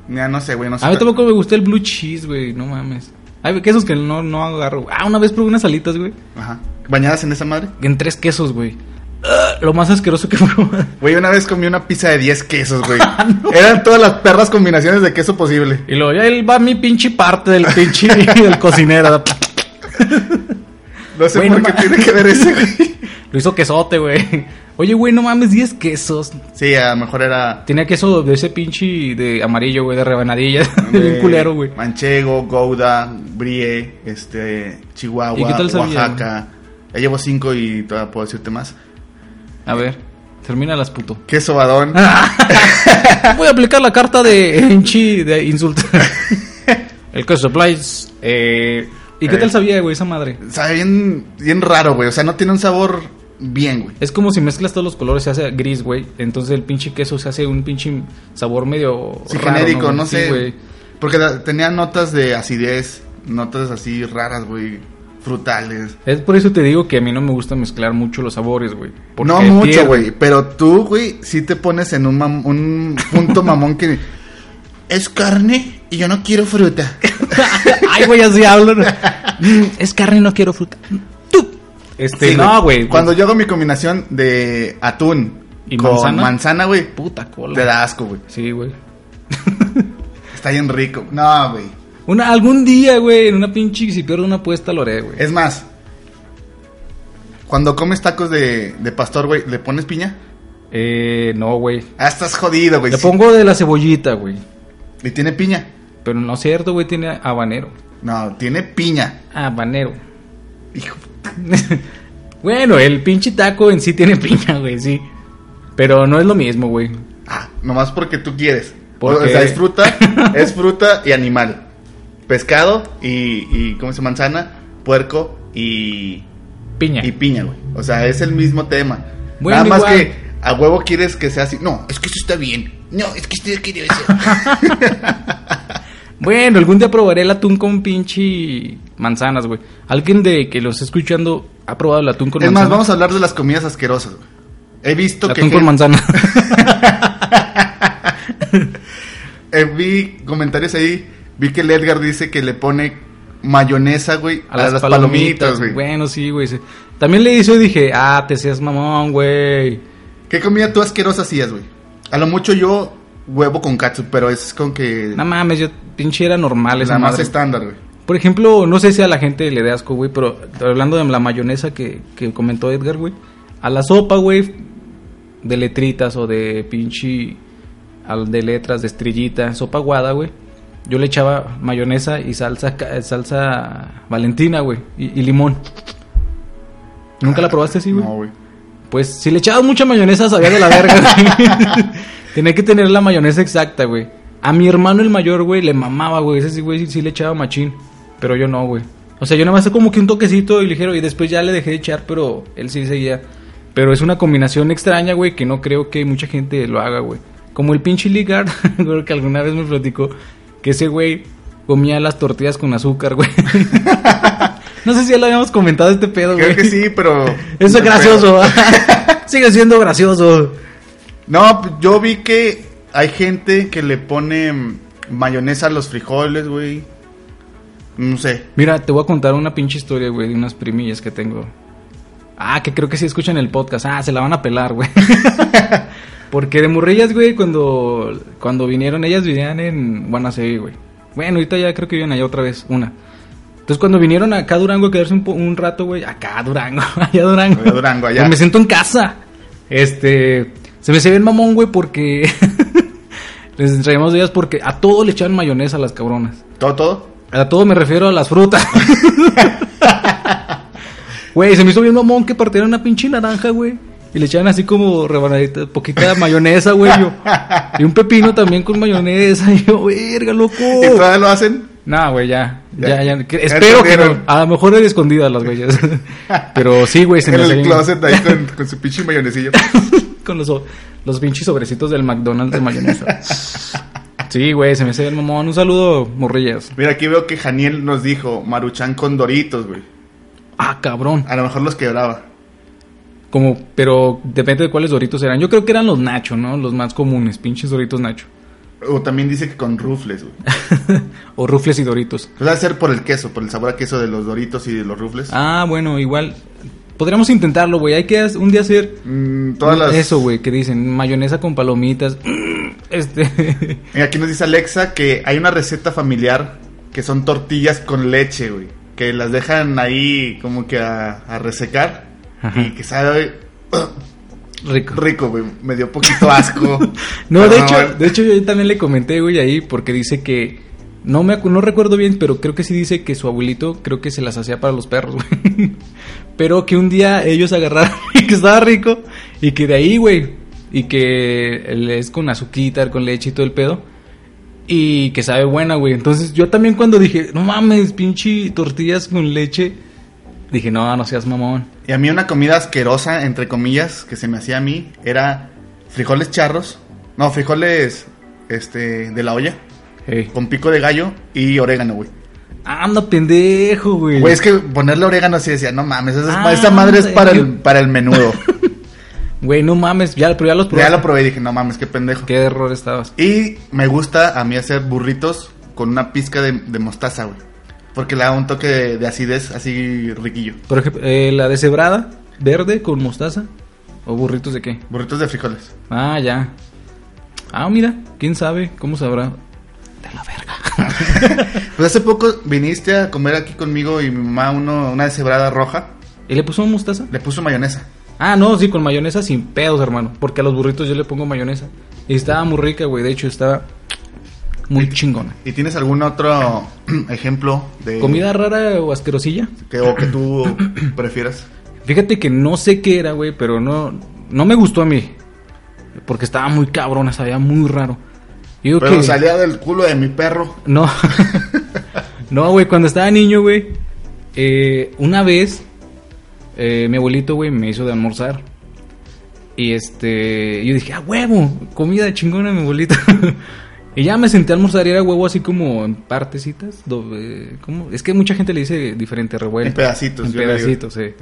Speaker 2: Mira, no sé, güey, no sé.
Speaker 3: A mí tampoco me gustó el blue cheese, güey, no mames. Hay quesos que no, no agarro. Ah, una vez probé unas alitas, güey.
Speaker 2: Ajá. ¿Bañadas en esa madre?
Speaker 3: En tres quesos, güey. Ah, Lo más asqueroso que probé.
Speaker 2: Güey, una vez comí una pizza de 10 quesos, güey.
Speaker 3: Ah,
Speaker 2: Eran todas las perras combinaciones de queso posible.
Speaker 3: Y luego ya él va mi pinche parte del pinche del cocinero.
Speaker 2: No sé
Speaker 3: Güey, no
Speaker 2: por qué
Speaker 3: ma-
Speaker 2: tiene que ver ese, güey.
Speaker 3: Lo hizo quesote, güey. Oye, güey, no mames, 10 quesos.
Speaker 2: Sí, a lo mejor era.
Speaker 3: Tenía queso de ese pinche de amarillo, güey, de rebanadillas. De
Speaker 2: eh,
Speaker 3: bien culero, güey.
Speaker 2: Manchego, Gouda, Brie, este, Chihuahua,
Speaker 3: ¿Y qué tal sabía?
Speaker 2: Oaxaca. Ya llevo cinco y todavía puedo decirte más.
Speaker 3: A ver, termina las puto.
Speaker 2: Queso badón.
Speaker 3: Ah. Voy a aplicar la carta de Enchi de insulto. El queso Supplies. Eh, ¿Y qué
Speaker 2: Eh.
Speaker 3: tal sabía, güey, esa madre?
Speaker 2: Sabe bien, bien raro, güey. O sea, no tiene un sabor bien, güey.
Speaker 3: Es como si mezclas todos los colores, se hace gris, güey. Entonces el pinche queso se hace un pinche sabor medio.
Speaker 2: Sí,
Speaker 3: raro,
Speaker 2: genérico, no
Speaker 3: Sí,
Speaker 2: sé.
Speaker 3: güey.
Speaker 2: porque la- tenía notas de acidez, notas así raras, güey. Frutales.
Speaker 3: Es por eso te digo que a mí no me gusta mezclar mucho los sabores, güey. Porque
Speaker 2: No mucho,
Speaker 3: pierde.
Speaker 2: güey. Pero tú, güey, sí te pones en un, mam- un punto mamón que es carne y yo no quiero fruta.
Speaker 3: Ay, güey, así hablo. ¿no? Mm, es carne, no quiero fruta. Tú. Este,
Speaker 2: Sí,
Speaker 3: no, güey.
Speaker 2: Cuando yo hago mi combinación de atún
Speaker 3: ¿Y
Speaker 2: con
Speaker 3: manzana?
Speaker 2: manzana, güey,
Speaker 3: Puta cola.
Speaker 2: te da asco, güey.
Speaker 3: Sí, güey.
Speaker 2: Está bien rico. No, güey.
Speaker 3: Una, algún día, güey, en una pinche, si pierdo una apuesta, lo haré, güey.
Speaker 2: Es más, cuando comes tacos de, de pastor, güey, ¿le pones piña?
Speaker 3: Eh, no, güey.
Speaker 2: Ah, estás jodido, güey.
Speaker 3: Le
Speaker 2: sí.
Speaker 3: pongo de la cebollita, güey.
Speaker 2: ¿Y tiene piña?
Speaker 3: Pero no es cierto, güey, tiene habanero.
Speaker 2: No, tiene piña.
Speaker 3: Habanero.
Speaker 2: Hijo.
Speaker 3: bueno, el pinche taco en sí tiene piña, güey, sí. Pero no es lo mismo, güey.
Speaker 2: Ah, nomás porque tú quieres.
Speaker 3: Porque-
Speaker 2: O sea, es fruta, es fruta y animal. Pescado y, y ¿cómo se llama? manzana? Puerco y,
Speaker 3: Piña.
Speaker 2: y piña, güey. O sea, es el mismo tema.
Speaker 3: Bueno,
Speaker 2: Nada más
Speaker 3: igual.
Speaker 2: que a huevo quieres que sea así. No, es que esto está bien. No, es que esto es que
Speaker 3: Ah,
Speaker 2: debe ser.
Speaker 3: Bueno, algún día probaré el atún con pinche manzanas, güey. Alguien de que los esté escuchando ha probado el atún con
Speaker 2: es más,
Speaker 3: manzanas.
Speaker 2: vamos a hablar de las comidas asquerosas, güey. He visto que...
Speaker 3: atún con manzana.
Speaker 2: eh, vi comentarios ahí, vi que el Edgar dice que le pone mayonesa, güey, a, las, palomitas, güey.
Speaker 3: Bueno, sí, güey. sí. También le hizo y dije, ah, te seas mamón, güey.
Speaker 2: ¿Qué comida tú asquerosa hacías, güey? A lo mucho yo huevo con katsu, pero es con que
Speaker 3: No mames, yo pinche era normal esa
Speaker 2: la más
Speaker 3: madre.
Speaker 2: estándar, güey.
Speaker 3: Por ejemplo, no sé si a la gente le dé asco, güey, pero hablando de la mayonesa que, que comentó Edgar, güey, a la sopa, güey, de letritas o de pinche, al- de letras, de estrellita, sopa guada, güey, yo le echaba mayonesa y salsa, ca- salsa valentina, güey, y, y limón. ¿Nunca la probaste así, güey?
Speaker 2: No, güey.
Speaker 3: Pues si le echabas mucha mayonesa sabía de la verga. güey. Tenía que tener la mayonesa exacta, güey. A mi hermano el mayor, güey, le mamaba, güey. Ese sí, güey, sí, sí le echaba machín. Pero yo no, güey. O sea, yo nada más como que un toquecito y ligero y después ya le dejé de echar, pero él sí seguía. Pero es una combinación extraña, güey, que no creo que mucha gente lo haga, güey. Como el pinche Ligard, creo que alguna vez me platicó que ese güey comía las tortillas con azúcar, güey. no sé si ya lo habíamos comentado este pedo, güey.
Speaker 2: Creo que sí, pero.
Speaker 3: Eso es gracioso. Sigue siendo gracioso.
Speaker 2: No, yo vi que hay gente que le pone mayonesa a los frijoles, güey. No sé.
Speaker 3: Mira, te voy a contar una pinche historia, güey, de unas primillas que tengo. Ah, que creo que sí escuchan el podcast. Ah, se la van a pelar, güey. Porque de morrillas, güey, cuando, cuando vinieron, ellas vivían en Guanaceví, güey. Bueno, ahorita ya creo que viven allá otra vez, una. Entonces, cuando vinieron acá a Durango a quedarse un, po- un rato, güey, acá a Durango, allá a Durango.
Speaker 2: Allá a Durango, allá.
Speaker 3: Pues me siento en casa. Este, se me se bien mamón, güey, porque les entregamos de ellas porque a todo le echaban mayonesa a las cabronas.
Speaker 2: ¿Todo, todo?
Speaker 3: A todo me refiero a las frutas. Güey, se me hizo bien mamón que partieran una pinche naranja, güey. Y le echaban así como rebanadita, poquita mayonesa, güey. yo. Y un pepino también con mayonesa. Y yo, verga, loco.
Speaker 2: ¿Y todavía lo hacen?
Speaker 3: No, güey, ya. Ya,
Speaker 2: Ya.
Speaker 3: ya. que-
Speaker 2: Ya
Speaker 3: espero que no.
Speaker 2: entendieron.
Speaker 3: A lo mejor era escondida las güeyes. Pero sí, güey, se
Speaker 2: en
Speaker 3: me
Speaker 2: el
Speaker 3: hacía bien-
Speaker 2: closet ahí con, con su pinche mayonesilla.
Speaker 3: Con los, los pinches sobrecitos del McDonald's de mayonesa. Sí, güey, se me hace el mamón. Un saludo, morrillas.
Speaker 2: Mira, aquí veo que Janiel nos dijo Maruchan con Doritos, güey.
Speaker 3: Ah, cabrón.
Speaker 2: A lo mejor los quebraba.
Speaker 3: Como, pero depende de cuáles doritos eran. Yo creo que eran los Nacho, ¿no? Los más comunes, pinches doritos Nacho.
Speaker 2: O también dice que con rufles, güey.
Speaker 3: o rufles y doritos.
Speaker 2: Pues debe ser por el queso, por el sabor a queso de los Doritos y de los rufles.
Speaker 3: Ah, bueno, igual. Podríamos intentarlo, güey. Hay que as- un día hacer
Speaker 2: Mm, todas las...
Speaker 3: eso, güey, que dicen mayonesa con palomitas. Mm, Este.
Speaker 2: Mira, aquí nos dice Alexa que hay una receta familiar que son tortillas con leche, güey. Que las dejan ahí como que a, a resecar.
Speaker 3: Ajá.
Speaker 2: Y que sabe
Speaker 3: Rico.
Speaker 2: rico, güey. Me dio poquito asco.
Speaker 3: No,
Speaker 2: Pero
Speaker 3: de
Speaker 2: bueno.
Speaker 3: hecho, de hecho yo también le comenté, güey, ahí porque dice que no me acu- no recuerdo bien, pero creo que sí dice que su abuelito creo que se las hacía para los perros, güey. Pero que un día ellos agarraron y que estaba rico y que de ahí, güey, y que él es con azuquita, con leche y todo el pedo. Y que sabe buena, güey. Entonces yo también cuando dije, no mames, pinche tortillas con leche, dije, no, no seas mamón.
Speaker 2: Y a mí una comida asquerosa, entre comillas, que se me hacía a mí, era frijoles charros. No, frijoles este, de la olla,
Speaker 3: Ey.
Speaker 2: con pico de gallo y orégano, güey.
Speaker 3: eh, Anda, pendejo, güey.
Speaker 2: Güey, es que ponerle orégano así decía, no mames, esa, es-
Speaker 3: Ah,
Speaker 2: esa madre es
Speaker 3: sí.
Speaker 2: para el, para el menudo. Pues
Speaker 3: Güey, no mames, ya, pero ya los
Speaker 2: ya
Speaker 3: probaste.
Speaker 2: lo probé y dije, no mames, qué pendejo.
Speaker 3: Qué error estabas.
Speaker 2: Y me gusta a mí hacer burritos con una pizca de, de mostaza, güey. Porque le da un toque de, de acidez así riquillo.
Speaker 3: Por ejemplo, eh, la deshebrada, verde con mostaza. ¿O burritos de qué?
Speaker 2: Burritos de frijoles.
Speaker 3: Ah, ya. Ah, mira, quién sabe, cómo sabrá. De la verga.
Speaker 2: Pues hace poco viniste a comer aquí conmigo y mi mamá uno, una deshebrada roja.
Speaker 3: ¿Y le puso mostaza?
Speaker 2: Le puso mayonesa.
Speaker 3: Ah, no, sí, con mayonesa sin pedos, hermano. Porque a los burritos yo le pongo mayonesa. Y estaba muy rica, güey. De hecho, estaba muy chingona.
Speaker 2: ¿Y tienes algún otro ejemplo de
Speaker 3: ¿Comida rara o asquerosilla?
Speaker 2: que, o que tú prefieras?
Speaker 3: Fíjate que no sé qué era, güey, pero no, no me gustó a mí. Porque estaba muy cabrona, sabía muy raro. Yo digo
Speaker 2: Pero
Speaker 3: que-
Speaker 2: salía del culo de mi perro.
Speaker 3: No. no, güey, cuando estaba niño, güey, eh, una vez eh, mi abuelito, güey, me hizo de almorzar. Y este, yo dije, ah, huevo, comida chingona, mi abuelito. y ya me senté a almorzar y era huevo así como en partecitas. do- eh, ¿cómo? Es que mucha gente le dice diferente, revuelto.
Speaker 2: En pedacitos.
Speaker 3: En
Speaker 2: yo le digo.
Speaker 3: pedacitos, sí.
Speaker 2: Eh.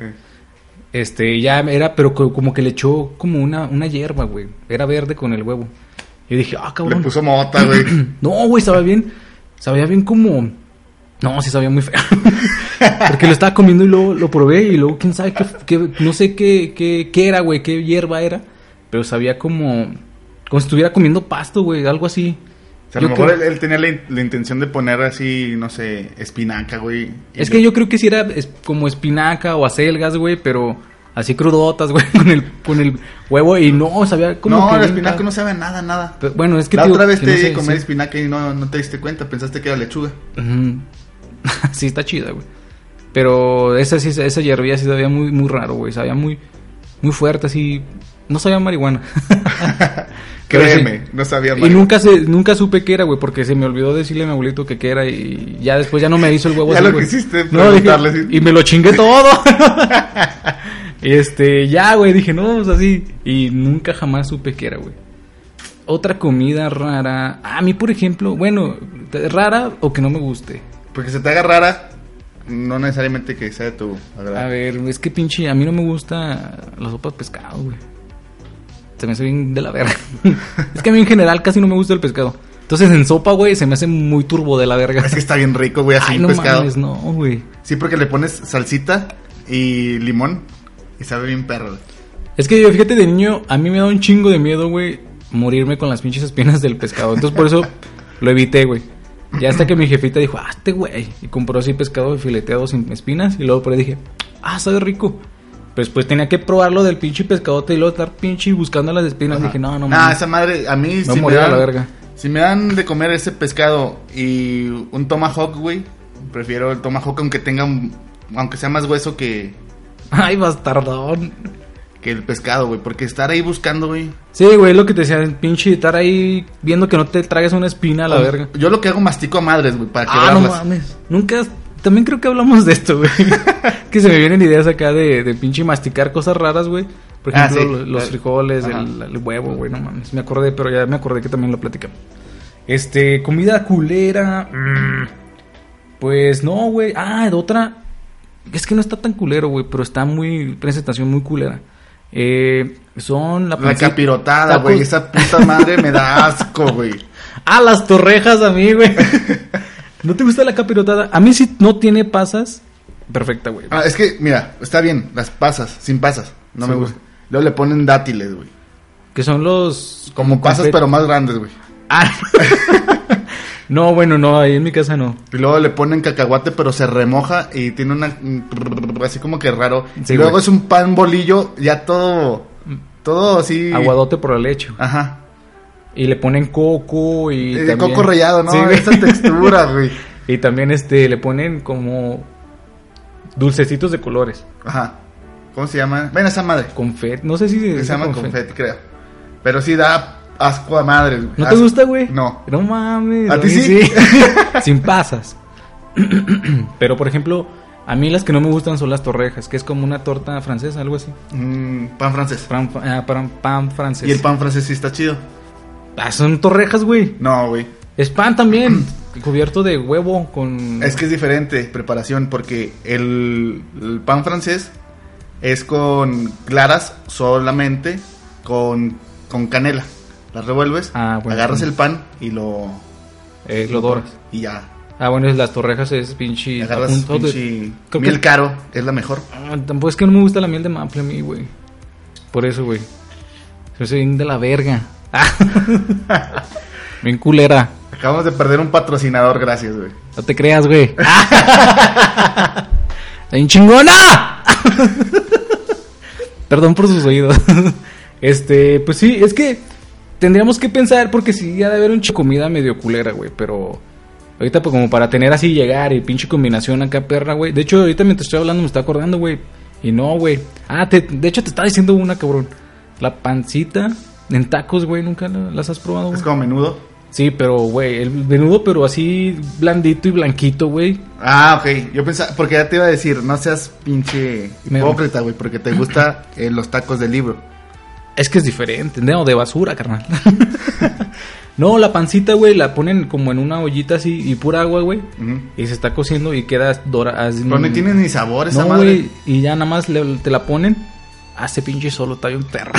Speaker 3: Este, ya era, pero co- como que le echó como una, una hierba, güey. Era verde con el huevo. Yo dije, ah,
Speaker 2: Le
Speaker 3: cabrón.
Speaker 2: puso mota, güey.
Speaker 3: No, güey, estaba bien. Sabía bien como. No, sí sabía muy feo. Porque lo estaba comiendo y luego lo probé y luego quién sabe qué. qué- no sé qué, qué, qué era, güey, qué hierba era. Pero sabía como. Como si estuviera comiendo pasto, güey, algo así.
Speaker 2: O sea, a lo
Speaker 3: Yo
Speaker 2: mejor
Speaker 3: creo-
Speaker 2: él, él tenía la, in- la intención de poner así, no sé, espinaca, güey. Y
Speaker 3: Es que yo creo que sí era es- como espinaca o acelgas, güey, pero así crudotas, güey, con el, con el huevo y no, sabía como.
Speaker 2: No,
Speaker 3: que
Speaker 2: el
Speaker 3: bien
Speaker 2: espinaca
Speaker 3: raro.
Speaker 2: no sabe a nada, nada.
Speaker 3: Pero, bueno, es que
Speaker 2: la
Speaker 3: digo
Speaker 2: otra vez
Speaker 3: que
Speaker 2: te
Speaker 3: no
Speaker 2: di
Speaker 3: sé,
Speaker 2: comer
Speaker 3: sí.
Speaker 2: espinaca y no, no te diste cuenta, pensaste que era lechuga.
Speaker 3: Ujú. sí, está chida, güey. Pero esa sí, esa hierbilla sí sabía muy, muy raro, güey. Sabía muy, muy fuerte, así. No sabía marihuana. Pero
Speaker 2: Créeme,
Speaker 3: sí.
Speaker 2: no sabía
Speaker 3: Y
Speaker 2: Mario.
Speaker 3: nunca se, nunca supe qué era, güey, porque se me olvidó decirle a mi abuelito que qué era y ya después ya no me hizo el huevo
Speaker 2: Ya
Speaker 3: así,
Speaker 2: lo
Speaker 3: güey.
Speaker 2: quisiste
Speaker 3: No, dije,
Speaker 2: preguntarle, sí.
Speaker 3: y me lo chingué todo. y este, ya, güey, dije, no, pues así. Y nunca jamás supe qué era, güey. Otra comida rara. A mí, por ejemplo, bueno, rara o que no me guste.
Speaker 2: Porque se te haga rara, no necesariamente que sea de tu agrado.
Speaker 3: A ver, es que pinche, a mí no me gusta la sopa de pescado, güey. Se me hace bien de la verga. es que a mí en general casi no me gusta el pescado. Entonces en sopa, güey, se me hace muy turbo de la verga.
Speaker 2: Es que está bien rico, güey, así
Speaker 3: Ay,
Speaker 2: un
Speaker 3: no
Speaker 2: pescado.
Speaker 3: mames, no, güey.
Speaker 2: Sí, porque le pones salsita y limón y sabe bien perro. güey.
Speaker 3: Es que yo, fíjate, de niño, a mí me da un chingo de miedo, güey, morirme con las pinches espinas del pescado. Entonces por eso lo evité, güey. Ya hasta que mi jefita dijo, ah, este güey. Y compró así pescado fileteado sin espinas. Y luego por ahí dije, ah, sabe rico. Pues pues tenía que probarlo del pinche pescadote y luego estar pinche buscando las espinas.
Speaker 2: Ajá.
Speaker 3: Dije, no, no
Speaker 2: Nah,
Speaker 3: mames.
Speaker 2: esa madre, a mí
Speaker 3: Me voy a
Speaker 2: si me
Speaker 3: morir a
Speaker 2: dan,
Speaker 3: la verga.
Speaker 2: Si me dan de comer ese pescado y un tomahawk, güey, prefiero el tomahawk aunque tenga un- aunque sea más hueso que
Speaker 3: Ay, bastardón.
Speaker 2: que el pescado, güey, porque estar ahí buscando, güey.
Speaker 3: Sí, güey, lo que te decía, el pinche estar ahí viendo que no te tragues una espina a la verga.
Speaker 2: Yo lo que hago mastico a madres, güey, para
Speaker 3: Ah, no
Speaker 2: quebrarlas.
Speaker 3: mames. Nunca. También creo que hablamos de esto, güey. que se me vienen ideas acá de, de pinche masticar cosas raras, güey. Por
Speaker 2: Ah,
Speaker 3: ejemplo,
Speaker 2: sí.
Speaker 3: lo- los frijoles,
Speaker 2: Ajá.
Speaker 3: el, el huevo, güey, no mames. Me acordé, pero ya me acordé que también lo platicamos. Este, comida culera. mm, Pues no, güey. Ah, de otra. Es que no está tan culero, güey, pero está muy. Presentación muy culera. Eh, son la,
Speaker 2: La
Speaker 3: pancita-
Speaker 2: capirotada,
Speaker 3: tacos-
Speaker 2: güey, esa puta madre me da asco, güey.
Speaker 3: Ah, las torrejas a mí, güey. ¿No te gusta la capirotada? A mí si no tiene pasas, perfecta, güey.
Speaker 2: Ah, es que, mira, está bien, las pasas, sin pasas, no
Speaker 3: Sí,
Speaker 2: me
Speaker 3: güey.
Speaker 2: gusta. Luego le ponen dátiles, güey.
Speaker 3: Que son los...
Speaker 2: Como pasas,
Speaker 3: confet-
Speaker 2: pero más grandes, güey.
Speaker 3: Ah. no, bueno, no, ahí en mi casa no.
Speaker 2: Y luego le ponen cacahuate, pero se remoja y tiene una. mm, Así como que raro.
Speaker 3: Sí,
Speaker 2: y luego
Speaker 3: güey.
Speaker 2: es un pan bolillo, ya todo. Todo así.
Speaker 3: Aguadote por la leche. güey.
Speaker 2: Ajá.
Speaker 3: Y le ponen coco y...
Speaker 2: Eh,
Speaker 3: también-
Speaker 2: coco rallado, ¿no?
Speaker 3: Sí, güey.
Speaker 2: Esa textura, güey.
Speaker 3: Y también este, le ponen como dulcecitos de colores.
Speaker 2: Ajá. ¿Cómo se llama? Ven esa madre.
Speaker 3: Confet, no sé si...
Speaker 2: Se
Speaker 3: dice
Speaker 2: llama
Speaker 3: confet.
Speaker 2: confeti, creo. Pero sí da asco a madre, güey.
Speaker 3: ¿No te
Speaker 2: Asco.
Speaker 3: gusta, güey?
Speaker 2: No.
Speaker 3: No mames.
Speaker 2: ¿A ti
Speaker 3: mí
Speaker 2: sí?
Speaker 3: Sin pasas. Pero, por ejemplo, a mí las que no me gustan son las torrejas, que es como una torta francesa, algo así.
Speaker 2: Mm, pan francés.
Speaker 3: Pan, ah, pan, pan francés.
Speaker 2: Y el pan francés sí está chido.
Speaker 3: Ah, son torrejas, güey.
Speaker 2: No, güey.
Speaker 3: Es pan también, cubierto de huevo con...
Speaker 2: Es que es diferente preparación porque el, el pan francés es con claras solamente con, con canela. Las revuelves,
Speaker 3: Ah, bueno.
Speaker 2: agarras el pan y lo...
Speaker 3: Eh, lo doras.
Speaker 2: Y ya.
Speaker 3: Ah, bueno, las torrejas es pinche...
Speaker 2: agarras
Speaker 3: un tote.
Speaker 2: pinche
Speaker 3: Creo
Speaker 2: miel
Speaker 3: que-
Speaker 2: caro, es la mejor.
Speaker 3: Ah, Tampoco es que no me gusta la miel de maple a mí, güey. Por eso, güey. Se me hace bien de la verga. Ah. bien culera.
Speaker 2: Acabamos de perder un patrocinador, gracias, güey.
Speaker 3: No te creas, güey. ¡Está bien chingona! ¡ah! Perdón por sus oídos. Este, pues sí, es que tendríamos que pensar porque sí, ya de haber un chico comida medio culera, güey, pero ahorita pues como para tener así llegar y pinche combinación acá perra, güey. De hecho, ahorita mientras estoy hablando me está acordando, güey. Y no, güey. Ah, te- de hecho te estaba diciendo una, cabrón. La pancita en tacos, güey, nunca la- las has probado, güey.
Speaker 2: Es como menudo.
Speaker 3: Sí, pero, güey, el menudo, pero así blandito y blanquito, güey.
Speaker 2: Ah, ok. Yo pensaba, porque ya te iba a decir, no seas pinche
Speaker 3: Me-
Speaker 2: hipócrita, güey, porque te gusta eh, los tacos del libro.
Speaker 3: Es que es diferente, no, de basura, carnal. no, la pancita, güey, la ponen como en una ollita así y pura agua, güey.
Speaker 2: Ujú.
Speaker 3: Y se está cociendo y queda dorada.
Speaker 2: Pero no tiene ni sabor esa
Speaker 3: Mm. No,
Speaker 2: madre.
Speaker 3: güey, y ya nada más le- te la ponen. Hace pinche solo, está bien perro.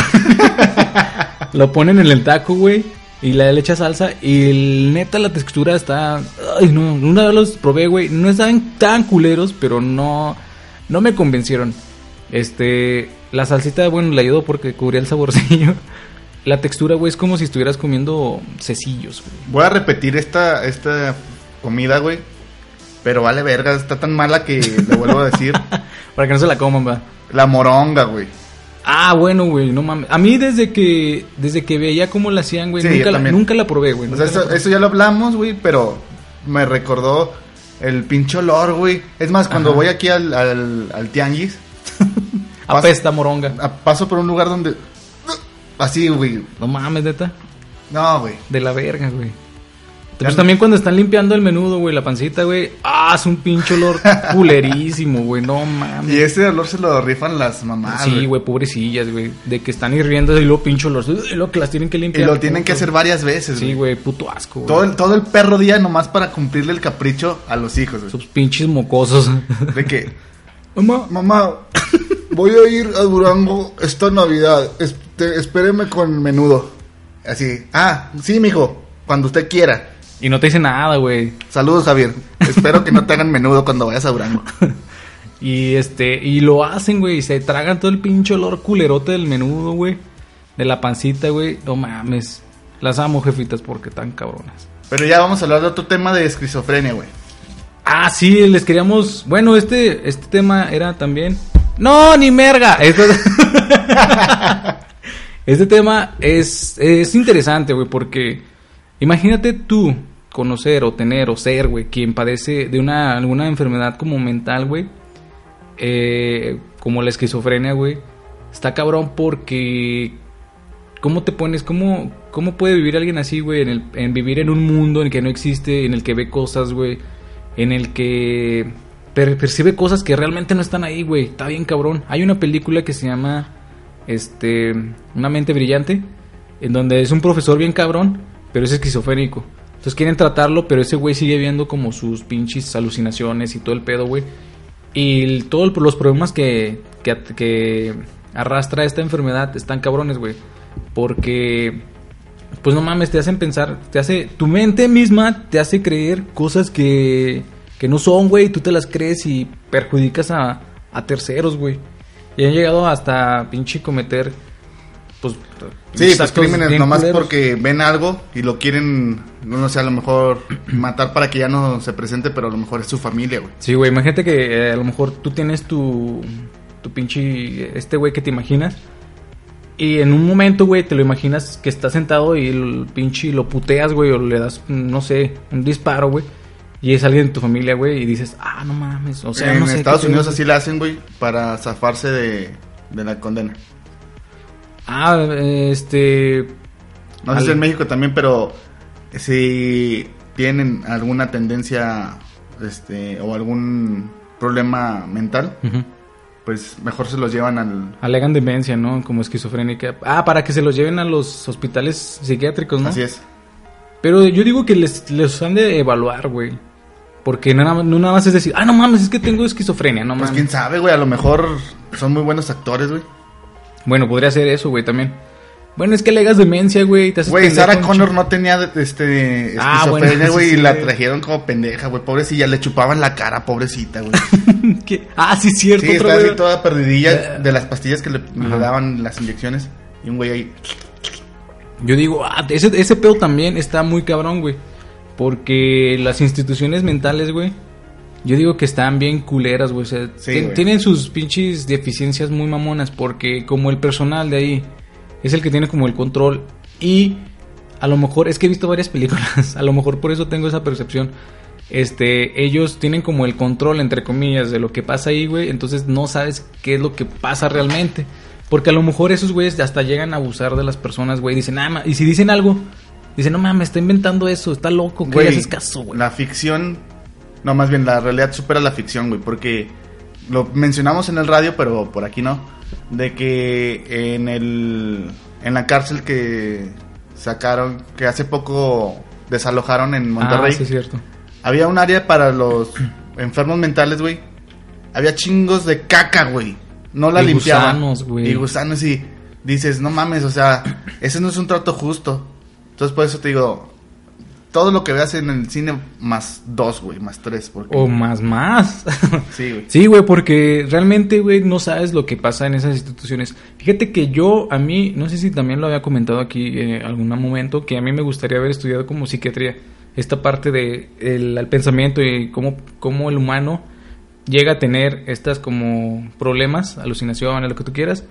Speaker 3: Lo ponen en el taco, güey. Y la le echa salsa. Y el- neta, la textura está. Ay, no. Una vez los probé, güey. No estaban tan culeros, pero no. No me convencieron. Este. La salsita, bueno, le ayudó porque cubría el saborcillo. La textura, güey, es como si estuvieras comiendo cecillos, güey.
Speaker 2: Voy a repetir esta, esta comida, güey. Pero vale verga, está tan mala que le vuelvo a decir.
Speaker 3: Para que no se la coman, va.
Speaker 2: La moronga, güey.
Speaker 3: Ah, bueno, güey, no mames. A mí desde que desde que veía cómo la hacían, güey,
Speaker 2: Sí, yo
Speaker 3: nunca, la,
Speaker 2: también.
Speaker 3: nunca la probé, güey.
Speaker 2: O sea,
Speaker 3: nunca la
Speaker 2: eso,
Speaker 3: probé.
Speaker 2: eso ya lo hablamos, güey, pero me recordó el pinche olor, güey. Es más, cuando
Speaker 3: Ajá.
Speaker 2: voy aquí al, al, al tianguis, Paso-
Speaker 3: Apesta moronga.
Speaker 2: a- paso por un lugar donde. Así, güey.
Speaker 3: No mames, neta.
Speaker 2: No, güey.
Speaker 3: De la verga, güey.
Speaker 2: Ya no-
Speaker 3: Pues también cuando están limpiando el menudo, güey, la pancita, güey. Ah, es un pinche olor culerísimo, güey. No
Speaker 2: Y
Speaker 3: mames.
Speaker 2: ese olor se lo rifan las mamás.
Speaker 3: Sí, güey, pobrecillas, güey. De que están hirviendo y luego pinche olor. Y luego que las tienen que
Speaker 2: Y
Speaker 3: limpiar.
Speaker 2: lo tienen
Speaker 3: puto.
Speaker 2: que hacer varias veces,
Speaker 3: Sí,
Speaker 2: güey.
Speaker 3: güey, puto asco, güey.
Speaker 2: Todo el, todo el perro día nomás para cumplirle el capricho a los hijos, güey.
Speaker 3: Sus pinches mocosos.
Speaker 2: De que,
Speaker 3: Mamá.
Speaker 2: mamá, voy a ir a Durango esta Navidad. Este, espéreme con menudo. Así, ah, sí, mijo, cuando usted quiera.
Speaker 3: Y no te dice nada, güey.
Speaker 2: Saludos, Javier. Espero que no te hagan menudo cuando vayas a Durango.
Speaker 3: Y este, y lo hacen, güey, y se tragan todo el pinche olor culerote del menudo, güey. De la pancita, güey. No mames. Las amo, jefitas, porque tan cabronas.
Speaker 2: Pero ya vamos a hablar de otro tema de esquizofrenia, güey.
Speaker 3: Ah, sí, les queríamos. Bueno, este, este tema era también. ¡No, ni merga! Esto- este tema es, es interesante, güey, porque imagínate tú conocer o tener o ser, güey, quien padece de una, alguna enfermedad como mental, güey, eh, como la esquizofrenia, güey. Está cabrón porque ¿Cómo te pones? ¿Cómo, cómo puede vivir alguien así, güey? En, el- en vivir en un mundo en el que no existe, en el que ve cosas, güey. En el que per- percibe cosas que realmente no están ahí, güey. Está bien cabrón. Hay una película que se llama este, Una mente brillante, en donde es un profesor bien cabrón, pero es esquizofrénico. Entonces quieren tratarlo, pero ese güey sigue viendo como sus pinches alucinaciones y todo el pedo, güey. Y todos los problemas que, que, que arrastra esta enfermedad están cabrones, güey. Porque, pues no mames, te hacen pensar, te hace, tu mente misma te hace creer cosas que, que no son, güey. Tú te las crees y perjudicas a, a terceros, güey. Y han llegado hasta pinche cometer, pues...
Speaker 2: Sí, pues
Speaker 3: actos
Speaker 2: crímenes
Speaker 3: bien
Speaker 2: nomás
Speaker 3: culeros.
Speaker 2: porque ven algo y lo quieren, no sé, a lo mejor matar para que ya no se presente, pero a lo mejor es su familia, güey.
Speaker 3: Sí, güey, imagínate que eh, a lo mejor tú tienes tu, tu pinche, este güey que te imaginas. Y en un momento, güey, te lo imaginas que está sentado y el pinche lo puteas, güey, o le das, no sé, un disparo, güey. Y es alguien de tu familia, güey, y dices, ah, no mames, o sea,
Speaker 2: en
Speaker 3: no sé
Speaker 2: Estados
Speaker 3: qué
Speaker 2: Unidos
Speaker 3: pedo".
Speaker 2: así la hacen, güey, para zafarse de, de la condena.
Speaker 3: Ah, este...
Speaker 2: No sé si
Speaker 3: Al-
Speaker 2: en México también, pero si tienen alguna tendencia este, o algún problema mental,
Speaker 3: ujú.
Speaker 2: pues mejor se los llevan al...
Speaker 3: Alegan demencia, ¿no? Como esquizofrénica. Ah, para que se los lleven a los hospitales psiquiátricos, ¿no?
Speaker 2: Así es.
Speaker 3: Pero yo digo que les, les han de evaluar, güey. Porque no nada, más- no nada más es decir, ah, no mames, es que tengo esquizofrenia, no
Speaker 2: Pues
Speaker 3: mames.
Speaker 2: quién sabe, güey, a lo mejor son muy buenos actores, güey.
Speaker 3: Bueno, podría ser eso, güey, también. Bueno, es que alegas demencia, güey. te haces
Speaker 2: Güey,
Speaker 3: pendejo
Speaker 2: Sarah
Speaker 3: un
Speaker 2: Connor
Speaker 3: chingo.
Speaker 2: no tenía este
Speaker 3: Ah, bueno,
Speaker 2: esquizofrenia,
Speaker 3: eso
Speaker 2: güey,
Speaker 3: sí,
Speaker 2: y la
Speaker 3: güey.
Speaker 2: trajeron como pendeja, güey, pobrecilla, le chupaban la cara, pobrecita, güey.
Speaker 3: ¿Qué? Ah, sí, es cierto,
Speaker 2: sí,
Speaker 3: otra
Speaker 2: estaba
Speaker 3: vez.
Speaker 2: así toda perdidilla de las pastillas que le, le
Speaker 3: Ajá.
Speaker 2: daban las inyecciones. Y un güey ahí,
Speaker 3: Yo digo, ah, ese, ese pedo también está muy cabrón, güey. Porque las instituciones mentales, güey, yo digo que están bien culeras, güey. O sea,
Speaker 2: Sí,
Speaker 3: tien-
Speaker 2: güey.
Speaker 3: tienen sus pinches deficiencias muy mamonas. Porque como el personal de ahí es el que tiene como el control. Y a lo mejor, es que he visto varias películas, a lo mejor por eso tengo esa percepción. Este, ellos tienen como el control, entre comillas, de lo que pasa ahí, güey. Entonces no sabes qué es lo que pasa realmente. Porque a lo mejor esos güeyes hasta llegan a abusar de las personas, güey. Dicen, ah, ma-", y si dicen algo, dicen, no mames, está inventando eso, está loco, ¿qué le
Speaker 2: güey,
Speaker 3: haces caso, güey?
Speaker 2: la ficción, no, más bien, la realidad supera la ficción, güey, porque lo mencionamos en el radio, pero por aquí no, de que en el, en la cárcel que sacaron, que hace poco desalojaron en Monterrey.
Speaker 3: Ah, sí, es cierto.
Speaker 2: Había un área para los enfermos mentales, güey. Había chingos de caca, güey. No la
Speaker 3: Y
Speaker 2: limpiaban.
Speaker 3: gusanos, güey.
Speaker 2: Y gusanos, y dices, no mames, o sea, ese no es un trato justo. Entonces, por eso te digo, todo lo que veas en el cine, más dos, güey, más tres. Porque...
Speaker 3: O más, más.
Speaker 2: Sí, güey.
Speaker 3: Sí, güey, porque realmente, güey, no sabes lo que pasa en esas instituciones. Fíjate que yo, a mí, no sé si también lo había comentado aquí eh, en algún momento, que a mí me gustaría haber estudiado como psiquiatría esta parte de el, el pensamiento y cómo, cómo el humano llega a tener estas como problemas, alucinaciones, lo que tú quieras,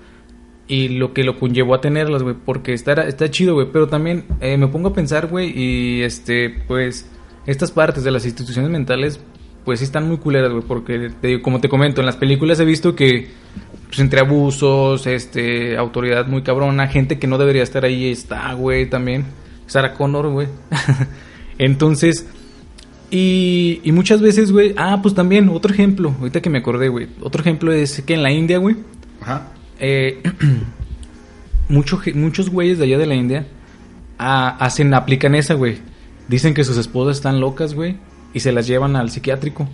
Speaker 3: y lo que lo conllevó a tenerlas, güey, porque está, está chido, güey, pero también eh, me pongo a pensar, güey, y este, pues, estas partes de las instituciones mentales, pues sí están muy culeras, güey, porque, te digo, como te comento, en las películas he visto que pues, entre abusos, este, autoridad muy cabrona, gente que no debería estar ahí está, güey, también. Sarah Connor, güey. Entonces, y, y muchas veces, güey, ah, pues también, otro ejemplo, ahorita que me acordé, güey, otro ejemplo es que en la India, güey,
Speaker 2: Ajá.
Speaker 3: eh, mucho ge- muchos güeyes de allá de la India ah, hacen, aplican esa, güey. Dicen que sus esposas están locas, güey, y se las llevan al psiquiátrico.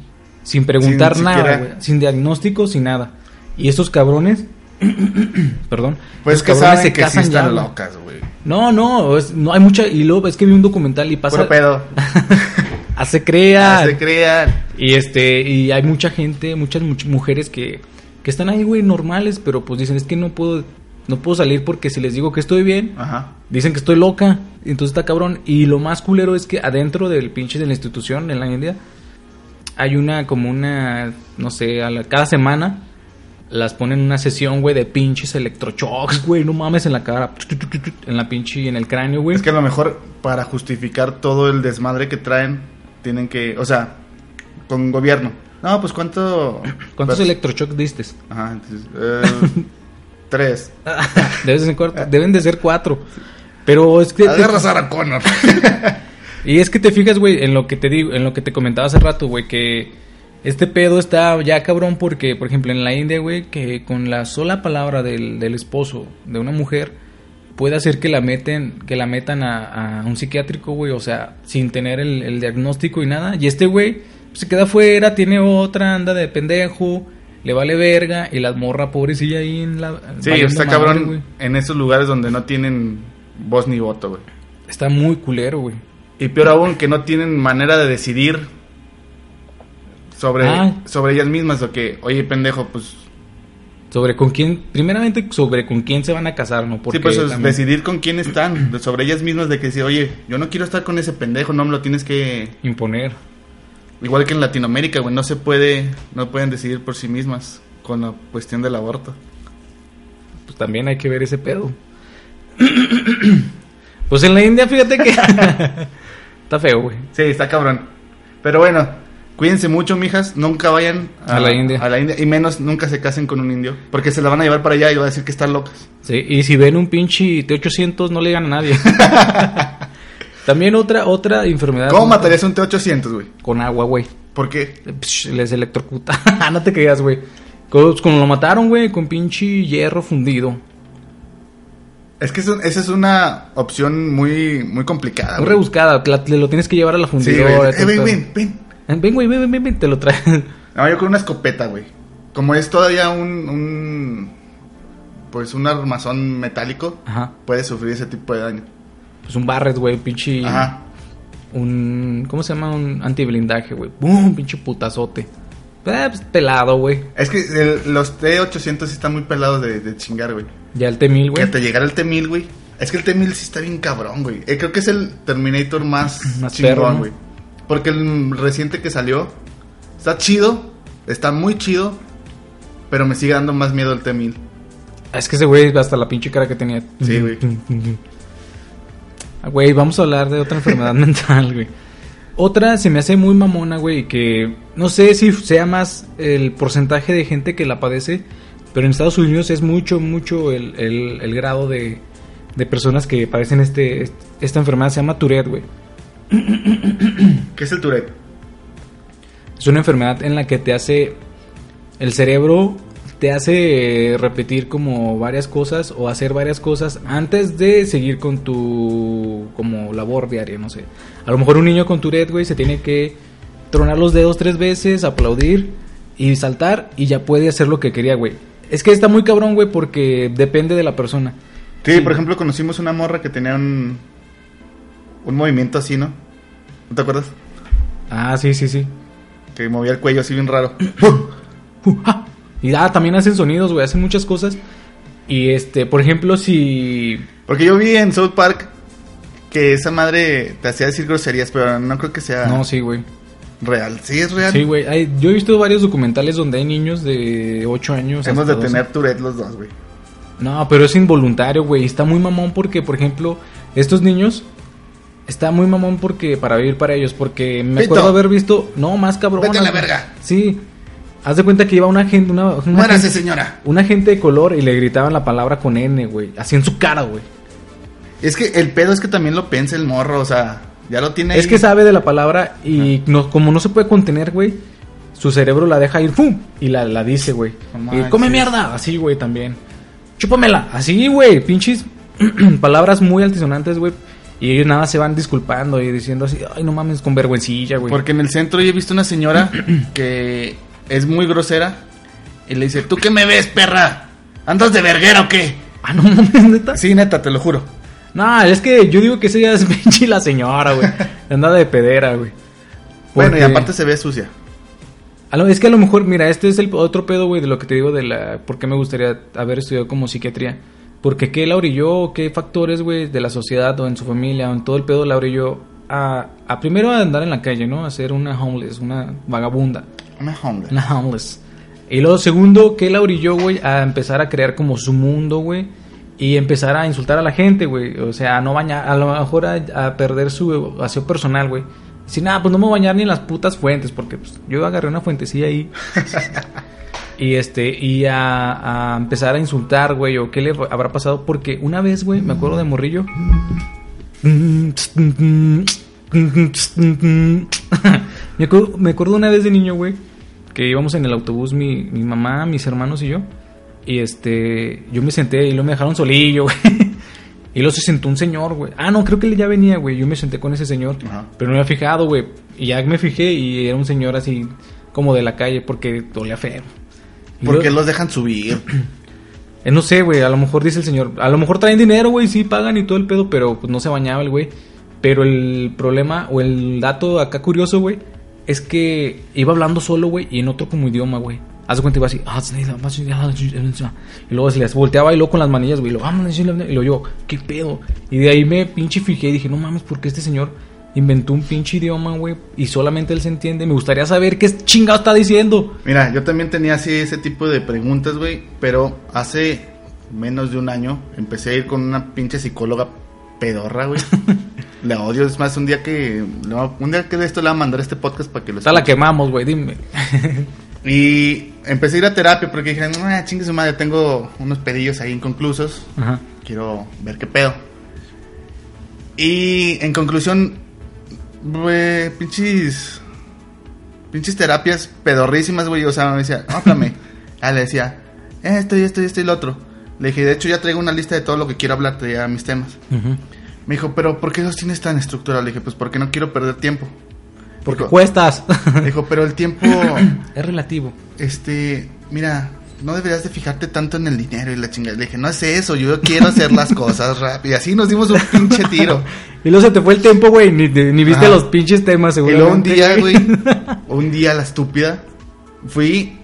Speaker 3: Sin preguntar
Speaker 2: Sin
Speaker 3: nada,
Speaker 2: siquiera-
Speaker 3: güey. Sin diagnóstico, sin nada. Y estos cabrones, perdón.
Speaker 2: Pues es
Speaker 3: estos
Speaker 2: que
Speaker 3: cabrones
Speaker 2: saben que sí
Speaker 3: casan ya,
Speaker 2: están
Speaker 3: güey.
Speaker 2: locas, güey.
Speaker 3: No, no, es- no hay mucha. Y luego es que vi un documental y pasa.
Speaker 2: Puro pedo.
Speaker 3: Hace crear.
Speaker 2: Se crean.
Speaker 3: Y este, y hay mucha gente, muchas much- mujeres que, que están ahí, güey, normales, pero pues dicen, es que no puedo, no puedo salir porque si les digo que estoy bien,
Speaker 2: Ajá.
Speaker 3: dicen que estoy loca, entonces está cabrón. Y lo más culero es que adentro del pinche de la institución en la India, hay una, como una, no sé, a la- cada semana las ponen en una sesión, güey, de pinches electrochocks, güey, no mames en la cara, en la pinche, en el cráneo, güey.
Speaker 2: Es que a lo mejor para justificar todo el desmadre que traen, tienen que, o sea, con gobierno. No, pues cuánto...
Speaker 3: ¿Cuántos
Speaker 2: Pero-
Speaker 3: electrochocks diste?
Speaker 2: Ajá, entonces, eh, tres.
Speaker 3: De vez en cuando- deben de ser cuatro. Pero es que.
Speaker 2: Agarra a Sarah Connor.
Speaker 3: Y es que te fijas, güey, en lo que te digo, en lo que te comentaba hace rato, güey, que este pedo está ya cabrón porque, por ejemplo, en la India, güey, que con la sola palabra del, del esposo de una mujer puede hacer que la meten, que la metan a, a un psiquiátrico, güey, o sea, sin tener el, el diagnóstico y nada. Y este güey pues, se queda afuera, tiene otra, anda de pendejo, le vale verga y la morra pobrecilla ahí en la...
Speaker 2: Sí,
Speaker 3: valiendo
Speaker 2: está
Speaker 3: madre,
Speaker 2: cabrón
Speaker 3: güey.
Speaker 2: en esos lugares donde no tienen voz ni voto, güey.
Speaker 3: Está muy culero, güey.
Speaker 2: Y peor aún, que no tienen manera de decidir sobre,
Speaker 3: Ah.
Speaker 2: sobre ellas mismas. O que, oye, pendejo, pues...
Speaker 3: Sobre con quién, primeramente sobre con quién se van a casar, ¿no?
Speaker 2: sí, pues es
Speaker 3: también-
Speaker 2: decidir con quién están. de- Sobre ellas mismas de que decir, oye, yo no quiero estar con ese pendejo, no me lo tienes que...
Speaker 3: imponer.
Speaker 2: Igual que en Latinoamérica, güey, no se puede... No pueden decidir por sí mismas con la cuestión del aborto.
Speaker 3: Pues también hay que ver ese pedo. pues en la India, fíjate que está feo, güey.
Speaker 2: Sí, está cabrón. Pero bueno, cuídense mucho, mijas. Nunca vayan
Speaker 3: A la India.
Speaker 2: a la India. Y menos nunca se casen con un indio. Porque se la van a llevar para allá y va a decir que están locas.
Speaker 3: Sí, y si ven un pinche T800 no le digan a nadie. también otra otra enfermedad
Speaker 2: ¿Cómo matarías un T-800, güey?
Speaker 3: con agua, güey.
Speaker 2: ¿Por qué?
Speaker 3: Psh, Les electrocuta. no te creas, güey. Como como lo mataron, güey, con pinche hierro fundido.
Speaker 2: Es que eso- esa es una opción muy, muy complicada.
Speaker 3: Muy
Speaker 2: Ah, güey.
Speaker 3: rebuscada, la- te lo tienes que llevar a la
Speaker 2: Sí,
Speaker 3: fundidora. todo
Speaker 2: güey. Eh,
Speaker 3: el
Speaker 2: ven,
Speaker 3: pedo.
Speaker 2: ven, ven.
Speaker 3: Eh, Ven, güey, ven, ven, ven, ven, te lo traen.
Speaker 2: No, yo con una escopeta, güey. Como es todavía un, un- Pues un armazón metálico,
Speaker 3: Ajá.
Speaker 2: puede sufrir ese tipo de daño.
Speaker 3: Pues un barret, güey, pinche.
Speaker 2: Ajá.
Speaker 3: Un. ¿Cómo se llama? Un antiblindaje, güey. ¡Bum! Pinche putazote. Ah, pues, pelado, güey.
Speaker 2: Es que el- los T-800 sí están muy pelados de, de chingar, güey.
Speaker 3: Ya el T1000,
Speaker 2: Que
Speaker 3: güey.
Speaker 2: te llegara el T-1000, güey. Es que el T-1000 sí está bien cabrón, güey. Eh, creo que es el Terminator más,
Speaker 3: Más perro,
Speaker 2: chingón,
Speaker 3: ¿no?
Speaker 2: güey. Porque el reciente que salió está chido, está muy chido, pero me sigue dando más miedo el T-1000.
Speaker 3: Es que ese güey, hasta la pinche cara que tenía.
Speaker 2: Sí, güey.
Speaker 3: Ah, Güey, vamos a hablar de otra enfermedad mental, güey. Otra se me hace muy mamona, güey, que no sé si sea más el porcentaje de gente que la padece, pero en Estados Unidos es mucho, mucho el, el- el grado de, de personas que padecen este, est- esta enfermedad. Se llama Tourette, güey.
Speaker 2: ¿Qué es el Tourette?
Speaker 3: Es una enfermedad en la que te hace. El cerebro te hace eh, repetir como varias cosas o hacer varias cosas antes de seguir con tu como labor diaria, no sé. A lo mejor un niño con Tourette, güey, se tiene que tronar los dedos tres veces, aplaudir y saltar y ya puede hacer lo que quería, güey. Es que está muy cabrón, güey, porque depende de la persona.
Speaker 2: Sí, por ejemplo, conocimos una morra que tenía un, un movimiento así, ¿no? ¿No te acuerdas?
Speaker 3: Ah, sí, sí, sí.
Speaker 2: Que movía el cuello así bien raro.
Speaker 3: Uh, ah. Y ah, también hacen sonidos, güey, hacen muchas cosas. Y este, por ejemplo, si
Speaker 2: Porque yo vi en South Park que esa madre te hacía decir groserías, pero no creo que sea
Speaker 3: No, sí, güey.
Speaker 2: real. Sí, es real.
Speaker 3: Sí, güey. Hay- Yo he visto varios documentales donde hay niños de 8 años.
Speaker 2: Hemos
Speaker 3: hasta
Speaker 2: de
Speaker 3: 12.
Speaker 2: tener Tourette los dos, güey.
Speaker 3: No, pero es involuntario, güey. Está muy mamón porque, por ejemplo, estos niños. Está muy mamón porque. Para vivir para ellos. Porque me
Speaker 2: Pito.
Speaker 3: acuerdo haber visto. No, más cabrón.
Speaker 2: Vete a la verga.
Speaker 3: Sí. Haz de cuenta que iba una gente, una, una
Speaker 2: Muérase,
Speaker 3: gente-
Speaker 2: señora.
Speaker 3: una gente de color y le gritaban la palabra con N, güey. Así en su cara, güey.
Speaker 2: Es que el pedo es que también lo piensa el morro, o sea, ya lo tiene
Speaker 3: Es
Speaker 2: ahí.
Speaker 3: que sabe de la palabra y no, como no se puede contener, güey, su cerebro la deja ir, ¡fum! Y la, la dice, güey.
Speaker 2: No
Speaker 3: Y
Speaker 2: manches.
Speaker 3: come mierda, así, güey, también. Chúpamela, así, güey, pinches palabras muy altisonantes, güey. Y ellos nada se van disculpando y diciendo así, ay, no mames, con vergüencilla, güey.
Speaker 2: Porque en el centro yo he visto una señora que es muy grosera y le dice, ¿tú qué me ves, perra? ¿Andas de verguera o qué?
Speaker 3: Ah, no mames, neta.
Speaker 2: Sí, neta, te lo juro.
Speaker 3: No, es que yo digo que esa ya es pinche la señora, güey. Anda de pedera, güey.
Speaker 2: Bueno, y
Speaker 3: Porque-
Speaker 2: aparte se ve sucia.
Speaker 3: A lo- es que a lo mejor, mira, este es el otro pedo, güey, de lo que te digo de la... ¿Por qué me gustaría haber estudiado como psiquiatría? Porque qué la orilló, qué factores, güey, de la sociedad o en su familia o en todo el pedo la orilló a, a primero a andar en la calle, ¿no? A ser una homeless, una vagabunda,
Speaker 2: Una hombre.
Speaker 3: una homeless. Y luego segundo, qué la orilló, güey, a empezar a crear como su mundo, güey. Y empezar a insultar a la gente, güey. O sea, a no bañar, a lo mejor a, a perder su aseo personal, güey. Si nada, pues no me voy a bañar ni en las putas fuentes, porque pues, yo agarré una fuentecilla ahí y este, y a, a empezar a insultar, güey, o qué le habrá pasado. Porque una vez, güey, me acuerdo de Morrillo. Me acuerdo, me acuerdo una vez de niño, güey, que íbamos en el autobús, mi, mi mamá, mis hermanos y yo. Y este, yo me senté y lo me dejaron solillo, güey. Y luego se sentó un señor, güey. Ah, no, creo que él ya venía, güey. Yo me senté con ese señor.
Speaker 2: Ajá.
Speaker 3: Pero no me había fijado, güey. Y ya me fijé y era un señor así como de la calle porque dolía feo. Y
Speaker 2: ¿Por
Speaker 3: yo-
Speaker 2: qué los dejan subir?
Speaker 3: eh, no sé, güey, a lo mejor dice el señor, a lo mejor traen dinero, güey, sí pagan y todo el pedo, pero pues no se bañaba el güey. Pero el problema o el dato acá curioso, güey, es que iba hablando solo, güey, y en otro como idioma, güey. Haz de cuenta, iba así, "Ah, y luego se les volteaba y luego con las manillas, güey, y lo, "Ah, y lo yo, ¿qué pedo? Y de ahí me pinche fijé y dije, no mames, ¿por qué este señor inventó un pinche idioma, güey? Y solamente él se entiende, me gustaría saber qué chingado está diciendo.
Speaker 2: Mira, yo también tenía así ese tipo de preguntas, güey, pero hace menos de un año empecé a ir con una pinche psicóloga pedorra, güey. La odio, es más, un día que le va- un día que de esto le voy a mandar este podcast para que lo
Speaker 3: Está la
Speaker 2: escuche.
Speaker 3: quemamos, güey, dime.
Speaker 2: Y empecé a ir a terapia porque dije, "Ah, chingue su madre, tengo unos pedillos ahí inconclusos,
Speaker 3: Ajá.
Speaker 2: quiero ver qué pedo." Y en conclusión, güey, pinches pinches terapias pedorrísimas, güey. O sea, me decía, háblame. Ah, le decía, esto y esto y esto y lo otro. Le dije, de hecho, ya traigo una lista de todo lo que quiero hablar, traía mis temas.
Speaker 3: Ujú.
Speaker 2: Me dijo, pero ¿por qué los tienes tan estructurados? Le dije, pues porque no quiero perder tiempo.
Speaker 3: Porque
Speaker 2: Dijo-
Speaker 3: cuestas.
Speaker 2: Dijo, pero el tiempo,
Speaker 3: es relativo.
Speaker 2: este, mira, no deberías de fijarte tanto en el dinero y la chingada. Le dije, no es eso, yo quiero hacer las cosas rápido. Y así nos dimos un pinche tiro.
Speaker 3: Y luego se te fue el tiempo, güey. Ni, te- ni viste
Speaker 2: Ajá.
Speaker 3: los pinches temas,
Speaker 2: Y
Speaker 3: seguro.
Speaker 2: luego un día, güey, un día la estúpida, fui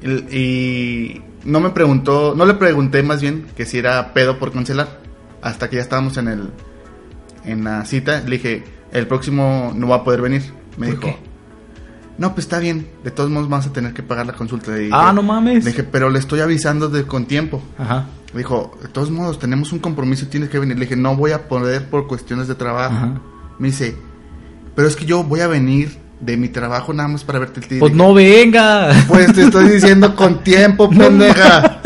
Speaker 2: el- y no me preguntó, no le pregunté más bien que si era pedo por cancelar. Hasta que ya estábamos en el, en la cita, le dije, el próximo no va a poder venir. Me
Speaker 3: ¿Por qué?
Speaker 2: dijo, no, pues está bien, de todos modos vamos a tener que pagar la consulta. Y
Speaker 3: Ah,
Speaker 2: dije-
Speaker 3: no mames.
Speaker 2: Le dije, pero le estoy avisando de, con tiempo.
Speaker 3: Ajá.
Speaker 2: Me dijo, de todos modos, tenemos un compromiso y tienes que venir. Le dije, no voy a poder por cuestiones de trabajo.
Speaker 3: Ajá.
Speaker 2: Me dice, pero es que yo voy a venir de mi trabajo nada más para verte el
Speaker 3: Pues no venga.
Speaker 2: Pues te estoy diciendo con tiempo,
Speaker 3: No
Speaker 2: pendeja.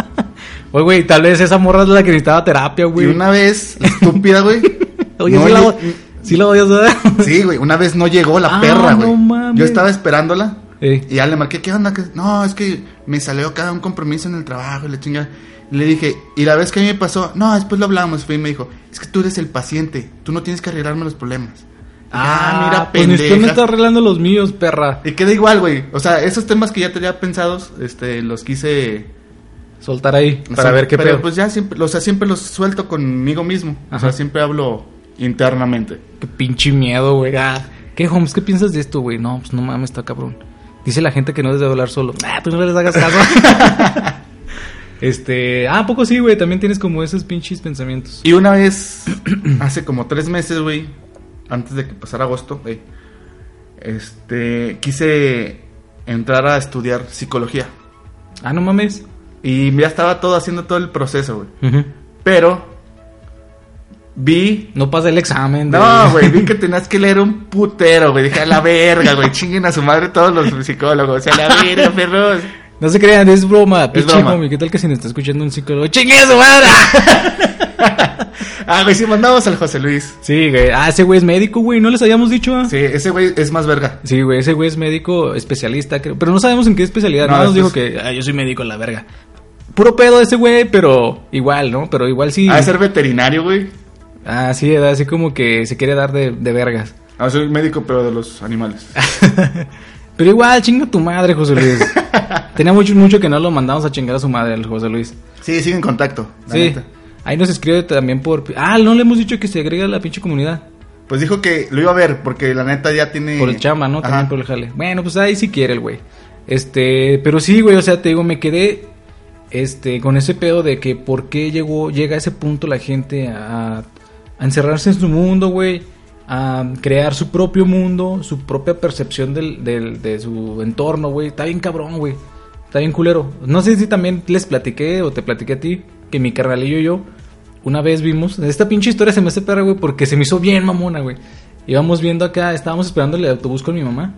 Speaker 3: Oye, güey, tal vez esa morra es la que necesitaba terapia,
Speaker 2: Y
Speaker 3: güey.
Speaker 2: una vez, la estúpida, güey.
Speaker 3: Oye,
Speaker 2: no
Speaker 3: sí, la,
Speaker 2: lle-
Speaker 3: sí la odias, ¿verdad?
Speaker 2: Sí, güey, una vez no llegó la
Speaker 3: Ah,
Speaker 2: perra,
Speaker 3: no
Speaker 2: güey.
Speaker 3: mames.
Speaker 2: yo estaba esperándola.
Speaker 3: Eh,
Speaker 2: Y ya le marqué, ¿qué onda? ¿Qué- No, es que me salió cada un compromiso en el trabajo y la chinga. Le dije, y la vez que a mí me pasó, no, después lo hablamos. Fue y me dijo, es que tú eres el paciente, tú no tienes que arreglarme los problemas. Y dije,
Speaker 3: Ah, mira, pues ni tú me
Speaker 2: pendeja".
Speaker 3: estás arreglando los míos, perra.
Speaker 2: Y queda igual, güey. O sea, esos temas que ya tenía pensados, este, los quise.
Speaker 3: Soltar ahí
Speaker 2: o
Speaker 3: para
Speaker 2: sea,
Speaker 3: ver qué
Speaker 2: pero
Speaker 3: pedo.
Speaker 2: pues ya siempre, o sea, siempre los suelto conmigo mismo. O
Speaker 3: Ajá.
Speaker 2: sea, siempre hablo internamente.
Speaker 3: Qué pinche miedo, güey. Ah, ¿Qué, Holmes? ¿Qué piensas de esto, güey? No, pues no mames, está cabrón. Dice la gente que no debes de hablar solo. Ah, tú no les hagas caso. este, ah, ¿a poco sí, güey. También tienes como esos pinches pensamientos.
Speaker 2: Y una vez, hace como tres meses, güey, antes de que pasara agosto, güey, este, quise entrar a estudiar psicología.
Speaker 3: Ah, no mames.
Speaker 2: Y ya estaba todo haciendo todo el proceso, güey. Pero vi
Speaker 3: No pasa el examen. de-
Speaker 2: No, güey, vi que tenías que leer un putero, güey. Dije, a la verga, güey. Chinguen a su madre todos los psicólogos. A la verga, perros.
Speaker 3: No se crean, es broma. Pinche
Speaker 2: broma.
Speaker 3: homie, ¿qué tal que si nos está escuchando un psicólogo? ¡Chingue su madre!
Speaker 2: Ah, güey, sí, mandamos al José Luis.
Speaker 3: sí, güey. Ah, ese güey es médico, güey. No les habíamos dicho, ah?
Speaker 2: Sí, ese güey es más verga.
Speaker 3: Sí, güey, ese güey es médico especialista, creo. Pero no sabemos en qué especialidad.
Speaker 2: No,
Speaker 3: No, nos dijo
Speaker 2: después-
Speaker 3: que, ah, yo soy médico a la verga. Puro pedo ese güey, pero igual, ¿no? Pero igual sí.
Speaker 2: Ha de ser veterinario, güey.
Speaker 3: Ah, sí, da así como que se quiere dar de, de vergas.
Speaker 2: Ha de ser Ah, médico, pero de los animales.
Speaker 3: pero igual, chinga tu madre, José Luis. Tenía mucho, mucho que no lo mandamos a chingar a su madre, al José Luis.
Speaker 2: Sí, sigue en contacto. la
Speaker 3: Sí.
Speaker 2: neta.
Speaker 3: Ahí nos escribe también por... Ah, no le hemos dicho que se agrega a la pinche comunidad.
Speaker 2: Pues dijo que lo iba a ver porque la neta ya tiene.
Speaker 3: Por el chamba, ¿no? También
Speaker 2: Ajá.
Speaker 3: por el jale. Bueno, pues ahí sí quiere el güey. Este, pero sí, güey, o sea, te digo, me quedé este con ese pedo de que por qué llegó llega a ese punto la gente a, a encerrarse en su mundo, güey, a crear su propio mundo, su propia percepción del, del- de su entorno, güey. Está bien cabrón, güey. Está bien culero. No sé si también les platiqué o te platiqué a ti que mi carnalillo y yo una vez vimos, esta pinche historia se me hace perra, güey, porque se me hizo bien mamona, güey. Íbamos viendo acá, estábamos esperando el autobús con mi mamá.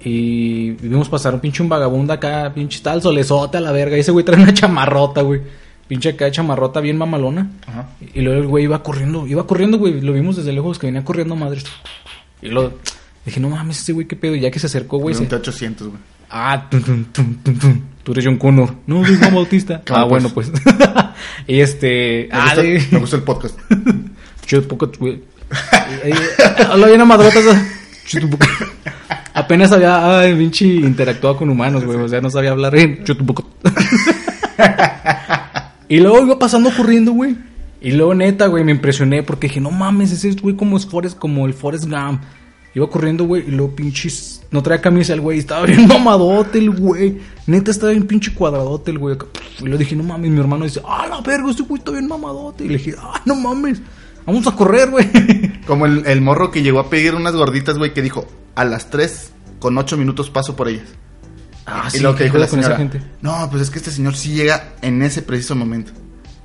Speaker 3: Y vimos pasar un pinche un vagabundo acá, pinche tal solezote a la verga. Y ese güey trae una chamarrota, güey. Pinche acá chamarrota bien mamalona.
Speaker 2: Ajá.
Speaker 3: Y luego el güey iba corriendo, iba corriendo, güey. Lo vimos desde lejos que venía corriendo madre. Y luego dije, no mames, ese güey, qué pedo. Y ya que se acercó, güey,
Speaker 2: Güey,
Speaker 3: se,
Speaker 2: un T800, güey.
Speaker 3: Ah, tum, tum, tum, tum, tum. tú eres John Connor. No, soy Juan Bautista. ah,
Speaker 2: Claro,
Speaker 3: bueno, pues. y este.
Speaker 2: Me,
Speaker 3: Ah,
Speaker 2: gusta-
Speaker 3: de-
Speaker 2: me gusta el podcast.
Speaker 3: Yo poco. güey. Eh, eh, Habla bien a madrotas. ah. Chutupuco. Apenas había. Ay, Vinci interactuado con humanos, güey. O sea, no sabía hablar bien. Chutupuco. Y luego iba pasando corriendo, güey. Y luego, neta, güey, me impresioné porque dije, no mames, ese güey como es Forrest, como el Forrest Gump. Iba corriendo, güey, y luego pinches. No traía camisa el güey, estaba bien mamadote el güey. Neta, estaba bien pinche cuadradote el güey. acá. Y luego dije, no mames, mi hermano dice, ah, la verga, este güey está bien mamadote. Y le dije, ah, no mames, vamos a correr, güey.
Speaker 2: Como el, el morro que llegó a pedir unas gorditas, güey, que dijo, a las 3 con 8 minutos paso por ellas.
Speaker 3: Ah,
Speaker 2: y lo que
Speaker 3: ¿qué
Speaker 2: dijo
Speaker 3: pedo
Speaker 2: la señora, no, pues es que este señor sí llega en ese preciso momento.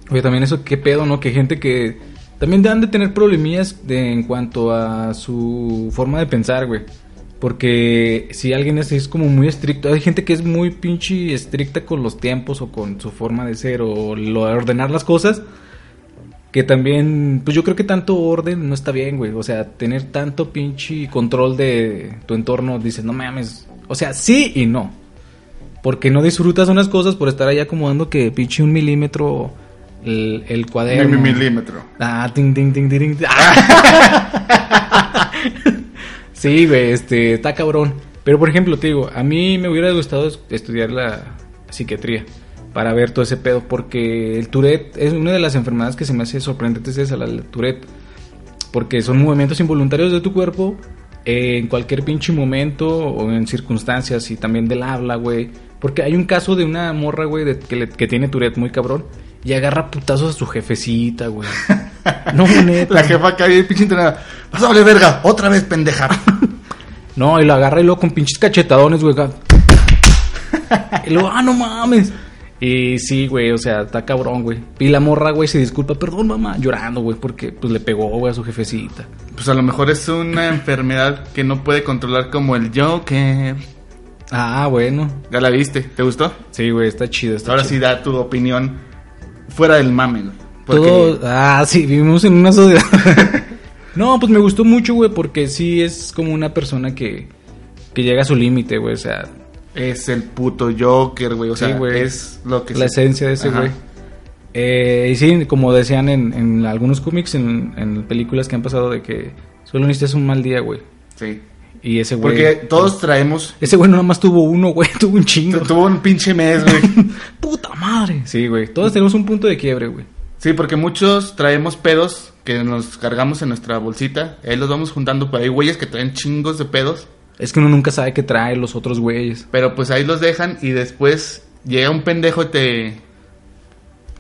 Speaker 3: Oye, también eso, qué pedo, ¿no? Que gente que también han de tener problemillas de- en cuanto a su forma de pensar, güey. Porque si alguien es, es como muy estricto, hay gente que es muy pinche estricta con los tiempos o con su forma de ser o lo de ordenar las cosas. Que también, pues yo creo que tanto orden no está bien, güey. O sea, tener tanto pinche control de tu entorno, dices, no mames. O sea, sí y no. Porque no disfrutas unas cosas por estar ahí acomodando que pinche un milímetro el, el
Speaker 2: Mi,
Speaker 3: cuaderno.
Speaker 2: mi- milímetro.
Speaker 3: Ah, ting, ting, ting, ting, ting. Ah. sí, güey, este, está cabrón. Pero por ejemplo, te digo, a mí me hubiera gustado es- estudiar la psiquiatría para ver todo ese pedo, porque el Tourette es una de las enfermedades que se me hace sorprendente, es esa, la la Tourette. Porque son movimientos involuntarios de tu cuerpo eh, en cualquier pinche momento o en circunstancias y también del habla, güey. Porque hay un caso de una morra, güey, de- que, le- que tiene Tourette muy cabrón y agarra putazos a su jefecita, güey. No, neta.
Speaker 2: La jefa cae el pinche entrenada. Vas a valer verga, otra vez pendeja.
Speaker 3: No, y lo agarra y luego con pinches cachetadones, güey. acá. Y luego, ah, no mames. Y sí, güey, o sea, está cabrón, güey. Y la morra, güey, se disculpa, perdón, mamá, llorando, güey, porque pues le pegó, güey, a su jefecita.
Speaker 2: Pues a lo mejor es una enfermedad que no puede controlar como el Joker.
Speaker 3: Ah, bueno.
Speaker 2: Ya la viste, ¿te gustó? Pues
Speaker 3: Sí, güey, está chido, está
Speaker 2: Ahora
Speaker 3: chido.
Speaker 2: sí da tu opinión fuera del mame, güey. Porque
Speaker 3: Todo, ah, sí, vivimos en una sociedad. no, pues me gustó mucho, güey, porque sí es como una persona que, que llega a su límite, güey, o sea,
Speaker 2: es el puto Joker, güey. O
Speaker 3: Sí,
Speaker 2: sea,
Speaker 3: güey.
Speaker 2: es lo que
Speaker 3: la
Speaker 2: se-
Speaker 3: esencia de ese
Speaker 2: Ajá.
Speaker 3: güey. Eh, y sí, como decían en, en algunos cómics, en, en películas que han pasado, de que solo necesitas un mal día, güey.
Speaker 2: Sí.
Speaker 3: Y ese güey.
Speaker 2: Porque todos traemos.
Speaker 3: Ese güey nada más tuvo uno, güey, tuvo un chingo.
Speaker 2: Tuvo un pinche mes, güey.
Speaker 3: ¡Puta madre! Sí, güey. Todos tenemos un punto de quiebre, güey.
Speaker 2: Sí, porque muchos traemos pedos que nos cargamos en nuestra bolsita. Ahí los vamos juntando. Pero hay güeyes que traen chingos de pedos.
Speaker 3: Es que uno nunca sabe qué trae los otros güeyes.
Speaker 2: Pero pues ahí los dejan y después llega un pendejo y te.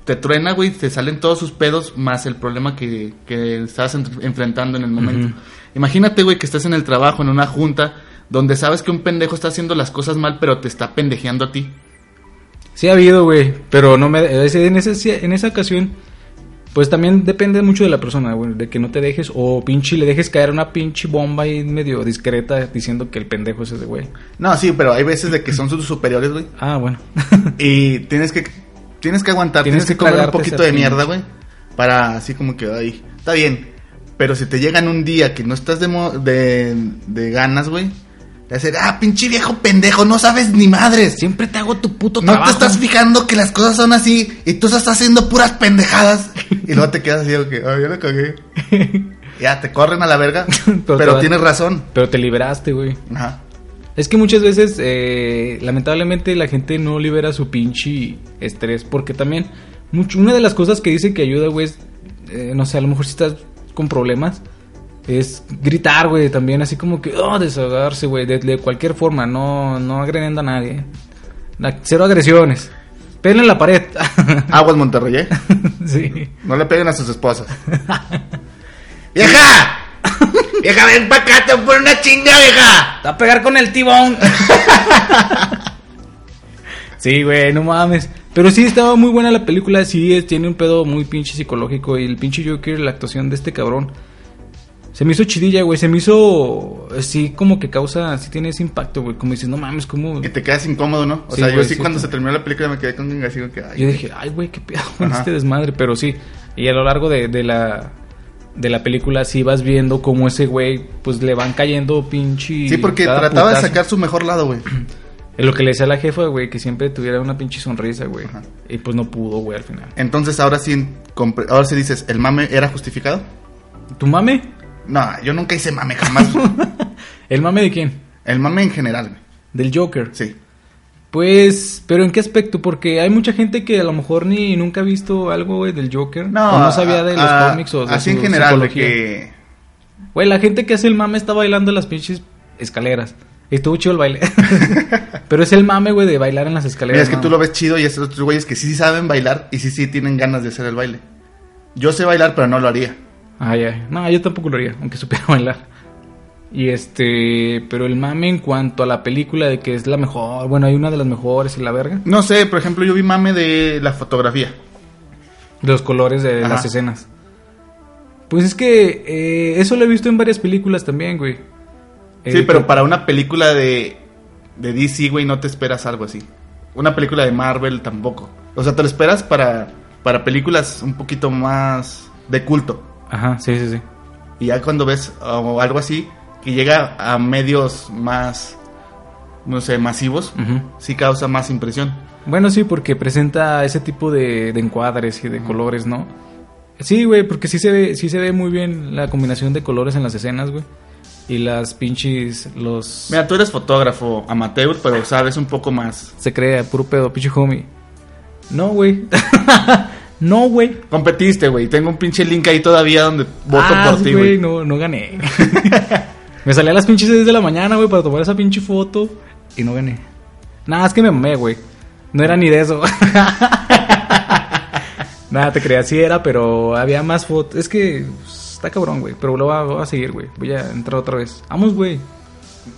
Speaker 2: Te truena, güey, te salen todos sus pedos más el problema que, que estás en- enfrentando en el momento.
Speaker 3: Ujú.
Speaker 2: Imagínate, güey, que estás en el trabajo, en una junta, donde sabes que un pendejo está haciendo las cosas mal, pero te está pendejeando a ti.
Speaker 3: eh, Sí ha habido, güey. Pero no me. ese- En, ese- en esa ocasión Pues también depende mucho de la persona, güey, de que no te dejes o pinche le dejes caer una pinche bomba ahí medio discreta diciendo que el pendejo es ese güey.
Speaker 2: No, sí, pero hay veces de que son sus superiores, güey.
Speaker 3: Ah, bueno.
Speaker 2: Y tienes que tienes que aguantar,
Speaker 3: Tienes
Speaker 2: tienes, que
Speaker 3: que
Speaker 2: comer un
Speaker 3: tragarte
Speaker 2: poquito
Speaker 3: esa
Speaker 2: de
Speaker 3: piña.
Speaker 2: mierda, güey. Para así como que, ahí. está bien. Pero si te llegan un día que no estás de, mo- de, de ganas, güey. De hacer, ah, pinche viejo pendejo, no sabes ni madres.
Speaker 3: Siempre te hago tu puto
Speaker 2: No te estás fijando que las cosas son así y tú estás haciendo puras pendejadas. Y luego te quedas así, como que, ah, ya la cagué. Ya, te corren a la verga.
Speaker 3: Pero
Speaker 2: pero
Speaker 3: te va-
Speaker 2: tienes razón.
Speaker 3: Pero te liberaste, güey.
Speaker 2: Ajá.
Speaker 3: Es que muchas veces, eh, lamentablemente, la gente no libera su pinche estrés. Porque también, mucho- una de las cosas que dicen que ayuda, güey, es, eh, no sé, a lo mejor si estás con problemas, es gritar, güey, también, así como que, oh, desahogarse, güey, de, de cualquier forma, no, no agrediendo a nadie. Na- Cero agresiones. Pégale en la pared.
Speaker 2: Aguas Monterrey, ¿eh?
Speaker 3: sí.
Speaker 2: No le peguen a sus esposas. ¡Vieja! ¡Vieja, ven pa' acá! ¡Te voy a poner una chinga, vieja!
Speaker 3: Te va a pegar con el tibón. sí, güey, no mames. Pero sí, estaba muy buena la película. Sí, es- tiene un pedo muy pinche psicológico. Y el pinche Joker, la actuación de este cabrón. Se me hizo chidilla, güey. Se me hizo. Sí, como que causa. Sí, tiene ese impacto, güey. Como dices, no mames, como.
Speaker 2: Y te quedas incómodo, ¿no? O
Speaker 3: Sí,
Speaker 2: sea, yo
Speaker 3: güey,
Speaker 2: sí
Speaker 3: sí,
Speaker 2: cuando
Speaker 3: está.
Speaker 2: se terminó la película me quedé con un así como que... ay,
Speaker 3: Yo dije, ay, güey, qué pedo con
Speaker 2: Ajá.
Speaker 3: este desmadre. Pero sí, y a lo largo de, de la. De la película, sí vas viendo cómo ese güey, pues le van cayendo pinche.
Speaker 2: Sí, porque
Speaker 3: cada
Speaker 2: trataba de
Speaker 3: putazo.
Speaker 2: sacar su mejor lado, güey.
Speaker 3: Es lo que le decía a la jefa, güey, que siempre tuviera una pinche sonrisa, güey.
Speaker 2: Ajá.
Speaker 3: Y pues no pudo, güey, al final.
Speaker 2: Entonces ahora sí... compre- Ahora sí dices, ¿el mame era justificado?
Speaker 3: ¿Tu mame?
Speaker 2: No, yo nunca hice mame, jamás.
Speaker 3: ¿El mame de quién?
Speaker 2: el mame en general, güey.
Speaker 3: Del Joker.
Speaker 2: Sí.
Speaker 3: Pues, pero ¿en qué aspecto? Porque hay mucha gente que a lo mejor ni nunca ha visto algo, güey, del Joker. o no sabía de los
Speaker 2: a-
Speaker 3: cómics o de
Speaker 2: ah, Así
Speaker 3: su
Speaker 2: en general, de
Speaker 3: psicología.
Speaker 2: que...
Speaker 3: Güey, la gente que hace el mame está bailando en las pinches escaleras. Estuvo chido el baile. pero es el mame, güey, de bailar en las escaleras.
Speaker 2: Mira, es que
Speaker 3: ¿no?
Speaker 2: tú lo ves chido y esos otros güeyes que sí, sí saben bailar y sí, sí tienen ganas de hacer el baile. Yo sé bailar, pero no lo haría.
Speaker 3: Ay, ay. No, yo tampoco lo haría, aunque supiera bailar. Y este, pero el mame en cuanto a la película de que es la mejor, bueno, hay una de las mejores y la verga,
Speaker 2: No sé, por ejemplo, yo vi mame de la fotografía.
Speaker 3: de los colores de
Speaker 2: Ajá.
Speaker 3: las escenas. Pues es que eh, eso lo he visto en varias películas también, güey.
Speaker 2: sí,
Speaker 3: Eh,
Speaker 2: pero
Speaker 3: que-
Speaker 2: para una película de, de DC, güey, no te esperas algo así. Una película de Marvel tampoco. O sea, te lo esperas para, para películas un poquito más de culto.
Speaker 3: Ajá, sí, sí, sí.
Speaker 2: Y ya cuando ves o algo así, que llega a medios más, no sé, masivos,
Speaker 3: Ujú.
Speaker 2: sí causa más impresión.
Speaker 3: Bueno, sí, porque presenta ese tipo de, de encuadres y de colores, ¿no? Sí, güey, porque sí se ve, sí se ve muy bien la combinación de colores en las escenas, güey. Y las pinches, los...
Speaker 2: Mira, tú eres fotógrafo amateur, pero sabes un poco más.
Speaker 3: Se crea, puro pedo, pinche homie. No, güey. no, güey.
Speaker 2: Competiste, güey. Tengo un pinche link ahí todavía donde voto
Speaker 3: Ah,
Speaker 2: por
Speaker 3: sí,
Speaker 2: ti, güey.
Speaker 3: No, no gané. me salí a las pinches 6 de la mañana, güey, para tomar esa pinche foto. Y no gané. Nada, es que me mamé, güey. No era ni de eso. Nada, te creas, sí era, pero había más fotos. Es que pues, está cabrón, güey. Pero lo voy a, voy a seguir, güey. Voy a entrar otra vez. Vamos, güey.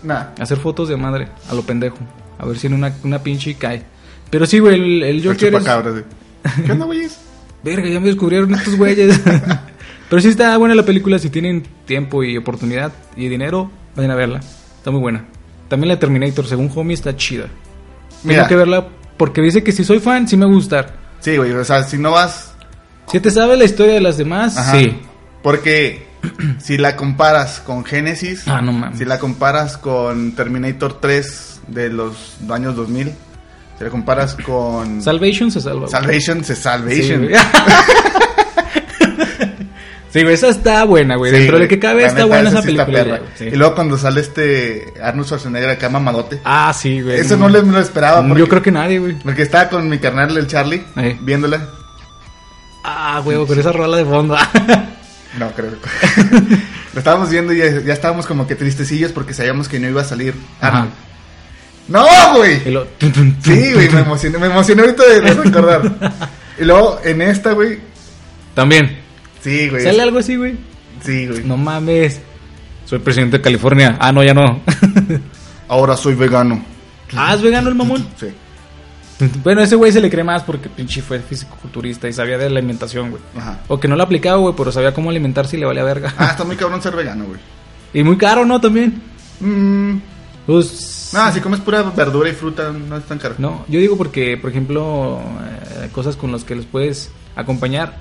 Speaker 2: Nah.
Speaker 3: a Hacer fotos de madre, a lo pendejo. A ver si en una, una pinche cae. Pero sí, güey, el, el
Speaker 2: El
Speaker 3: Joker es-
Speaker 2: chupacabras, güey. ¿Qué onda, güeyes?
Speaker 3: Verga, ya me descubrieron estos güeyes. Pero sí está buena la película. Si tienen tiempo y oportunidad y dinero, vayan a verla. Está muy buena. También la de Terminator, según Homie, está chida. Tengo
Speaker 2: Mira.
Speaker 3: que verla porque dice que si soy fan, sí me va a gustar.
Speaker 2: Sí, güey. O sea, si no vas.
Speaker 3: Si te sabe la historia de las demás,
Speaker 2: Ajá.
Speaker 3: sí.
Speaker 2: Porque si la comparas con Genesis,
Speaker 3: Ah, no mames.
Speaker 2: si la comparas con Terminator 3 de los años 2000, si la comparas con
Speaker 3: Salvation se salva. güey.
Speaker 2: Salvation, se
Speaker 3: Sí,
Speaker 2: Salvation.
Speaker 3: güey. Sí, güey, esa está buena, güey.
Speaker 2: Sí,
Speaker 3: Dentro de
Speaker 2: güey.
Speaker 3: que cabe,
Speaker 2: La
Speaker 3: está
Speaker 2: neta,
Speaker 3: buena
Speaker 2: esa
Speaker 3: esa
Speaker 2: sí está
Speaker 3: película. ya,
Speaker 2: perra.
Speaker 3: güey. Sí.
Speaker 2: Y luego cuando sale este Arnold Schwarzenegger acá mamadote.
Speaker 3: Ah, sí, güey. Mm,
Speaker 2: Eso no le, me lo esperaba.
Speaker 3: Yo creo que nadie, güey.
Speaker 2: Porque estaba con mi carnal, el Charlie,
Speaker 3: Eh.
Speaker 2: viéndola.
Speaker 3: Ah, güey, con esa rola de fondo.
Speaker 2: No, creo que. lo estábamos viendo y ya, ya estábamos como que tristecillos porque sabíamos que no iba a salir.
Speaker 3: Ajá.
Speaker 2: Arnold. ¡No, güey!
Speaker 3: Y lo-
Speaker 2: Sí, güey, me emocioné, me emocioné ahorita de no recordar. Y luego en esta, güey.
Speaker 3: También.
Speaker 2: Sí, güey.
Speaker 3: ¿Sale algo así, güey?
Speaker 2: Sí, güey.
Speaker 3: No mames. Soy presidente de California. Ah, no, ya no.
Speaker 2: Ahora soy vegano.
Speaker 3: ah, es vegano el mamón.
Speaker 2: Sí.
Speaker 3: Bueno, ese güey se le cree más porque pinche fue físico-culturista y sabía de la alimentación, güey.
Speaker 2: Ajá.
Speaker 3: O que no lo aplicaba, güey, pero sabía cómo alimentarse y le valía verga.
Speaker 2: Ah, está muy cabrón ser vegano, güey.
Speaker 3: Y muy caro, ¿no? También.
Speaker 2: Mm,
Speaker 3: Pues,
Speaker 2: no, si comes pura verdura y fruta, no es tan caro.
Speaker 3: No, yo digo porque, por ejemplo, eh, cosas con las que los puedes acompañar,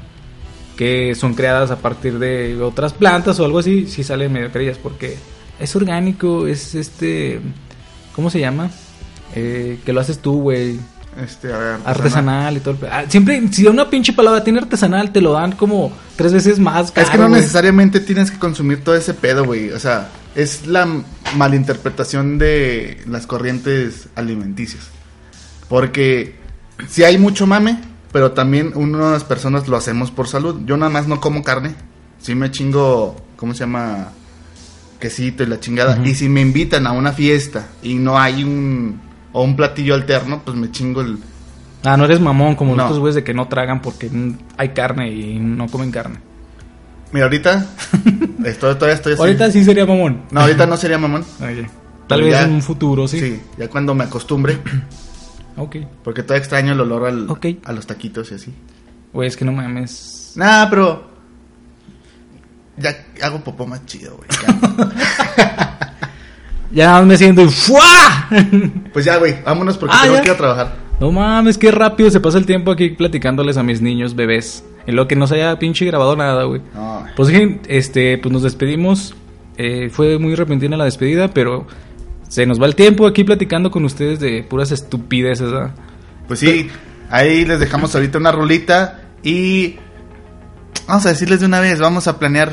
Speaker 3: que son creadas a partir de otras plantas o algo así, sí salen medio carillas, porque es orgánico, es este, ¿cómo se llama? Eh, que lo haces tú, güey.
Speaker 2: Este, a ver.
Speaker 3: Artesanal y todo el pe- ah, Siempre, si una pinche palabra tiene artesanal, te lo dan como tres veces más caro.
Speaker 2: Es que no
Speaker 3: güey.
Speaker 2: necesariamente tienes que consumir todo ese pedo, güey. O sea, es la m- malinterpretación de las corrientes alimenticias. Porque si hay mucho mame, pero también unas personas lo hacemos por salud. Yo nada más no como carne. Sí me chingo, ¿cómo se llama? Quesito y la chingada.
Speaker 3: Ujú.
Speaker 2: Y si me invitan a una fiesta y no hay un o un platillo alterno, pues me chingo el
Speaker 3: Ah, no eres mamón como
Speaker 2: No.
Speaker 3: estos güeyes de que no tragan porque mm, hay carne y no comen carne.
Speaker 2: Mira, ahorita estoy todavía estoy así.
Speaker 3: Ahorita sí sería mamón.
Speaker 2: No, ahorita no sería mamón.
Speaker 3: Oye, Tal
Speaker 2: Pero
Speaker 3: vez
Speaker 2: ya-
Speaker 3: en un futuro, Pues sí.
Speaker 2: Sí. ya cuando me acostumbre,
Speaker 3: Ok.
Speaker 2: porque todavía extraño el olor al,
Speaker 3: Ok.
Speaker 2: a los taquitos y así.
Speaker 3: Güey, es que no mames.
Speaker 2: Nah, pero ya hago popó más chido, güey. ya.
Speaker 3: Ya nada más me siento y ¡fua!
Speaker 2: pues ya, güey, vámonos porque
Speaker 3: Ah,
Speaker 2: tengo
Speaker 3: ya.
Speaker 2: que ir a trabajar.
Speaker 3: No mames, qué rápido se pasa el tiempo aquí platicándoles a mis niños bebés. En lo que no se haya pinche grabado nada, güey.
Speaker 2: No, güey.
Speaker 3: Pues bien, este, pues nos despedimos. Eh, fue muy repentina la despedida, pero se nos va el tiempo aquí platicando con ustedes de puras estupideces, ¿verdad?
Speaker 2: pues sí, ahí les dejamos ahorita una rolita y vamos a decirles de una vez, vamos a planear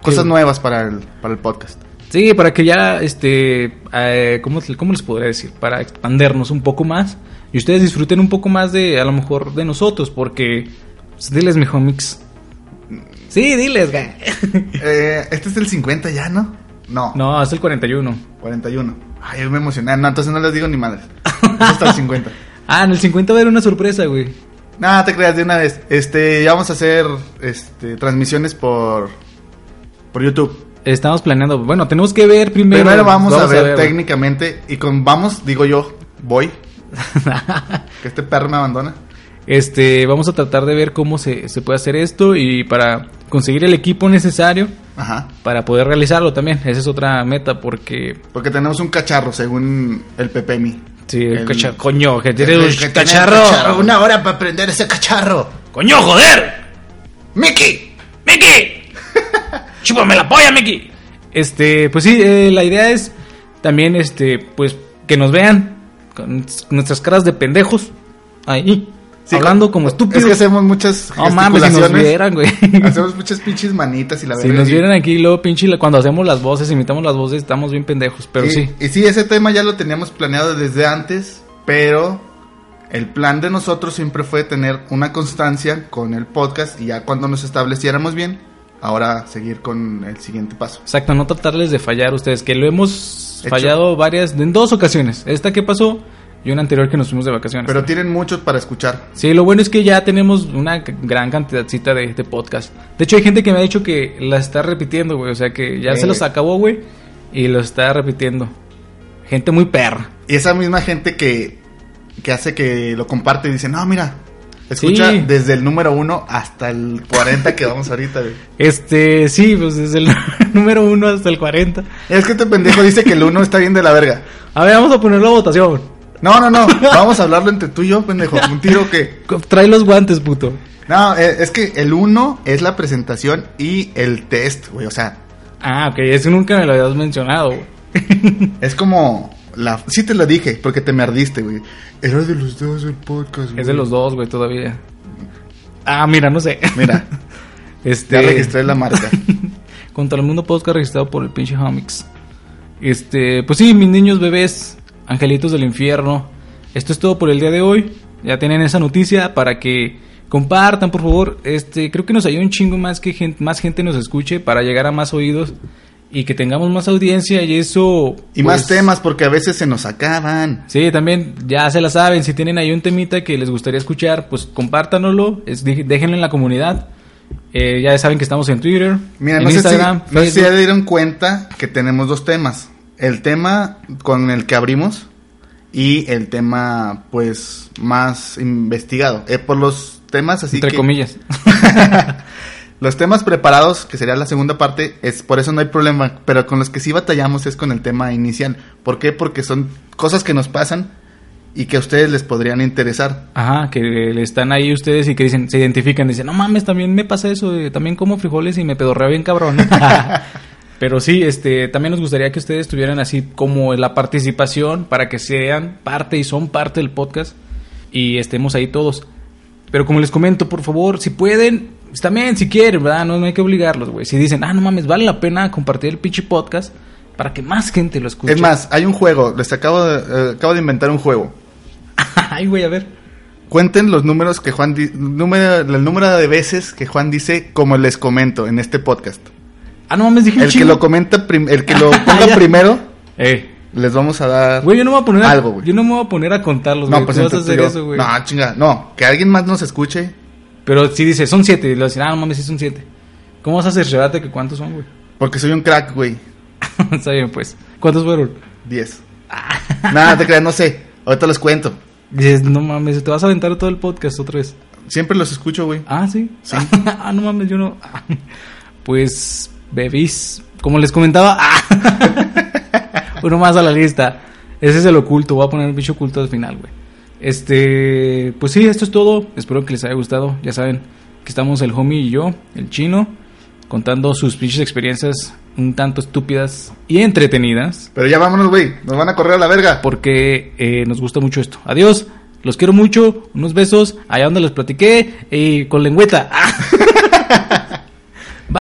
Speaker 2: cosas
Speaker 3: Sí.
Speaker 2: nuevas para el, para el podcast.
Speaker 3: Sí, para que ya, este, eh, ¿cómo, ¿cómo les podría decir? Para expandernos un poco más y ustedes disfruten un poco más de, a lo mejor, de nosotros, porque, pues, diles, mi homix. Sí, diles, güey.
Speaker 2: Eh, este es el 50 ya, ¿no? No,
Speaker 3: No, es el 41.
Speaker 2: 41. Ay, yo me emocioné. No, entonces no les digo ni madres. Es Hasta el 50.
Speaker 3: Ah, en el 50 va a haber una sorpresa, güey.
Speaker 2: Nada, te creas de una vez. Este, ya vamos a hacer este, transmisiones por por YouTube.
Speaker 3: Estamos planeando, bueno, tenemos que ver primero.
Speaker 2: Primero vamos, a ver,
Speaker 3: güey.
Speaker 2: técnicamente y con vamos digo yo, voy que este perro me abandona.
Speaker 3: Este, vamos a tratar de ver cómo se, se puede hacer esto y para conseguir el equipo necesario
Speaker 2: Ajá.
Speaker 3: para poder realizarlo también. Esa es otra meta porque
Speaker 2: Porque tenemos un cacharro según el Pepemi.
Speaker 3: Sí, el
Speaker 2: El-
Speaker 3: cacha- coño, que tiene
Speaker 2: El
Speaker 3: un
Speaker 2: que tiene el
Speaker 3: cacharro.
Speaker 2: Una hora para prender ese cacharro.
Speaker 3: Coño, joder.
Speaker 2: Mickey.
Speaker 3: Miki. Chúpame la polla, Miki. Este, pues sí, eh, la idea es también este, pues que nos vean con nuestras caras de pendejos ahí
Speaker 2: Sí,
Speaker 3: hablando como
Speaker 2: Es
Speaker 3: estúpidos.
Speaker 2: que hacemos muchas
Speaker 3: No mames, si nos vieran, güey.
Speaker 2: Hacemos muchas pinches manitas y la
Speaker 3: si
Speaker 2: verga,
Speaker 3: nos
Speaker 2: y-
Speaker 3: vieran aquí luego pinche la- cuando hacemos las voces, imitamos las voces, estamos bien pendejos, pero
Speaker 2: y,
Speaker 3: sí.
Speaker 2: y sí, ese tema ya lo teníamos planeado desde antes, pero el plan de nosotros siempre fue tener una constancia con el podcast y ya cuando nos estableciéramos bien, ahora seguir con el siguiente paso.
Speaker 3: Exacto, no tratarles de fallar a ustedes, que lo hemos
Speaker 2: Hecho.
Speaker 3: fallado varias, en dos ocasiones. Esta que pasó y una anterior que nos fuimos de vacaciones.
Speaker 2: Pero tienen muchos para escuchar.
Speaker 3: Sí, lo bueno es que ya tenemos una c- gran cantidadcita de, de podcast. De hecho, hay gente que me ha dicho que la está repitiendo, güey. O sea, que ya
Speaker 2: Eh.
Speaker 3: se los acabó, güey. Y lo está repitiendo. Gente muy perra.
Speaker 2: Y esa misma gente que, que hace que lo comparte y dice, no, mira, escucha
Speaker 3: Sí.
Speaker 2: desde el número uno hasta el 40 que vamos ahorita. güey".
Speaker 3: Este, sí, pues desde el número uno hasta el 40.
Speaker 2: Es que este pendejo dice que el uno está bien de la verga.
Speaker 3: A ver, vamos a ponerlo a votación.
Speaker 2: No, no, no, vamos a hablarlo entre tú y yo, pendejo. Un tiro que...
Speaker 3: Co- Trae los guantes, puto.
Speaker 2: No, eh, es que el 1 es la presentación y el test, güey. O sea,
Speaker 3: Ah, ok, eso nunca me lo habías mencionado, güey.
Speaker 2: es como la. Sí te lo dije, porque te me ardiste, güey. Era de los dos el podcast, güey.
Speaker 3: Es de los dos, güey, todavía. Ah, mira, no sé.
Speaker 2: Mira,
Speaker 3: Este.
Speaker 2: ya registré la marca.
Speaker 3: Contra el mundo podcast registrado por el pinche Homix. Este, pues sí, mis niños bebés, angelitos del infierno. Esto es todo por el día de hoy. Ya tienen esa noticia para que compartan, por favor. Este, creo que nos ayuda un chingo más que gente, más gente nos escuche para llegar a más oídos y que tengamos más audiencia y eso
Speaker 2: Y
Speaker 3: pues,
Speaker 2: más temas, porque a veces se nos acaban.
Speaker 3: Sí, también ya se la saben, si tienen ahí un temita que les gustaría escuchar, pues compártanoslo, es- dé- déjenlo en la comunidad. Eh, ya saben que estamos en Twitter,
Speaker 2: Mira,
Speaker 3: en
Speaker 2: no, sé si,
Speaker 3: Instagram,
Speaker 2: no sé si
Speaker 3: Facebook.
Speaker 2: ya dieron cuenta que tenemos dos temas. El tema con el que abrimos y el tema pues más investigado. Eh, por los temas así
Speaker 3: Entre
Speaker 2: que-
Speaker 3: comillas.
Speaker 2: los temas preparados, que sería la segunda parte, es por eso no hay problema, pero con los que sí batallamos es con el tema inicial. ¿Por qué? Porque son cosas que nos pasan y que a ustedes les podrían interesar.
Speaker 3: Ajá, que le están ahí ustedes y que dicen, se identifican, dicen, no mames, también me pasa eso, eh, también como frijoles y me pedorreo bien cabrón. Pero sí, este, también nos gustaría que ustedes tuvieran así como la participación para que sean parte y son parte del podcast y estemos ahí todos. Pero como les comento, por favor, si pueden, pues también si quieren, ¿verdad? No, no hay que obligarlos, güey. Si dicen, ah, no mames, vale la pena compartir el pinche podcast para que más gente lo escuche.
Speaker 2: Es más, hay un juego, les acabo de, eh, acabo de inventar un juego.
Speaker 3: ay, güey, a ver.
Speaker 2: Cuenten los números que Juan di- número, el número de veces que Juan dice como les comento en este podcast.
Speaker 3: Ah, no mames, dije un
Speaker 2: El que
Speaker 3: chingo.
Speaker 2: lo comenta prim- el que lo ponga
Speaker 3: Ya.
Speaker 2: primero
Speaker 3: Eh.
Speaker 2: les vamos a dar
Speaker 3: Güey, yo no me voy a poner a,
Speaker 2: Algo, güey.
Speaker 3: Yo no me voy a poner a contarlos, güey.
Speaker 2: No, pues
Speaker 3: Tú vas a
Speaker 2: entonces
Speaker 3: hacer
Speaker 2: yo-
Speaker 3: eso, güey.
Speaker 2: No, chinga, no, que alguien más nos escuche
Speaker 3: Pero si dice, son siete. Y le dicen, ah, no mames, sí son siete. ¿Cómo vas a cerciorarte que cuántos son, güey?
Speaker 2: porque soy un crack, güey.
Speaker 3: Está bien, pues. ¿Cuántos fueron?
Speaker 2: 10. Nada, te creas, no sé. Ahorita los cuento.
Speaker 3: Dices, no mames, te vas a aventar todo el podcast otra vez.
Speaker 2: Siempre los escucho, güey.
Speaker 3: Ah, sí. ah, no mames, yo no. Ah, pues, bebís. Como les comentaba, ah. uno más a la lista. Ese es el oculto. Voy a poner el bicho oculto al final, güey. Este, pues sí, esto es todo. Espero que les haya gustado. Ya saben que estamos el homie y yo, el chino, contando sus pinches experiencias un tanto estúpidas y entretenidas.
Speaker 2: Pero ya vámonos, güey. Nos van a correr a la verga.
Speaker 3: Porque eh, nos gusta mucho esto. Adiós. Los quiero mucho. Unos besos. Allá donde les platiqué. Y con lengüeta. Ah.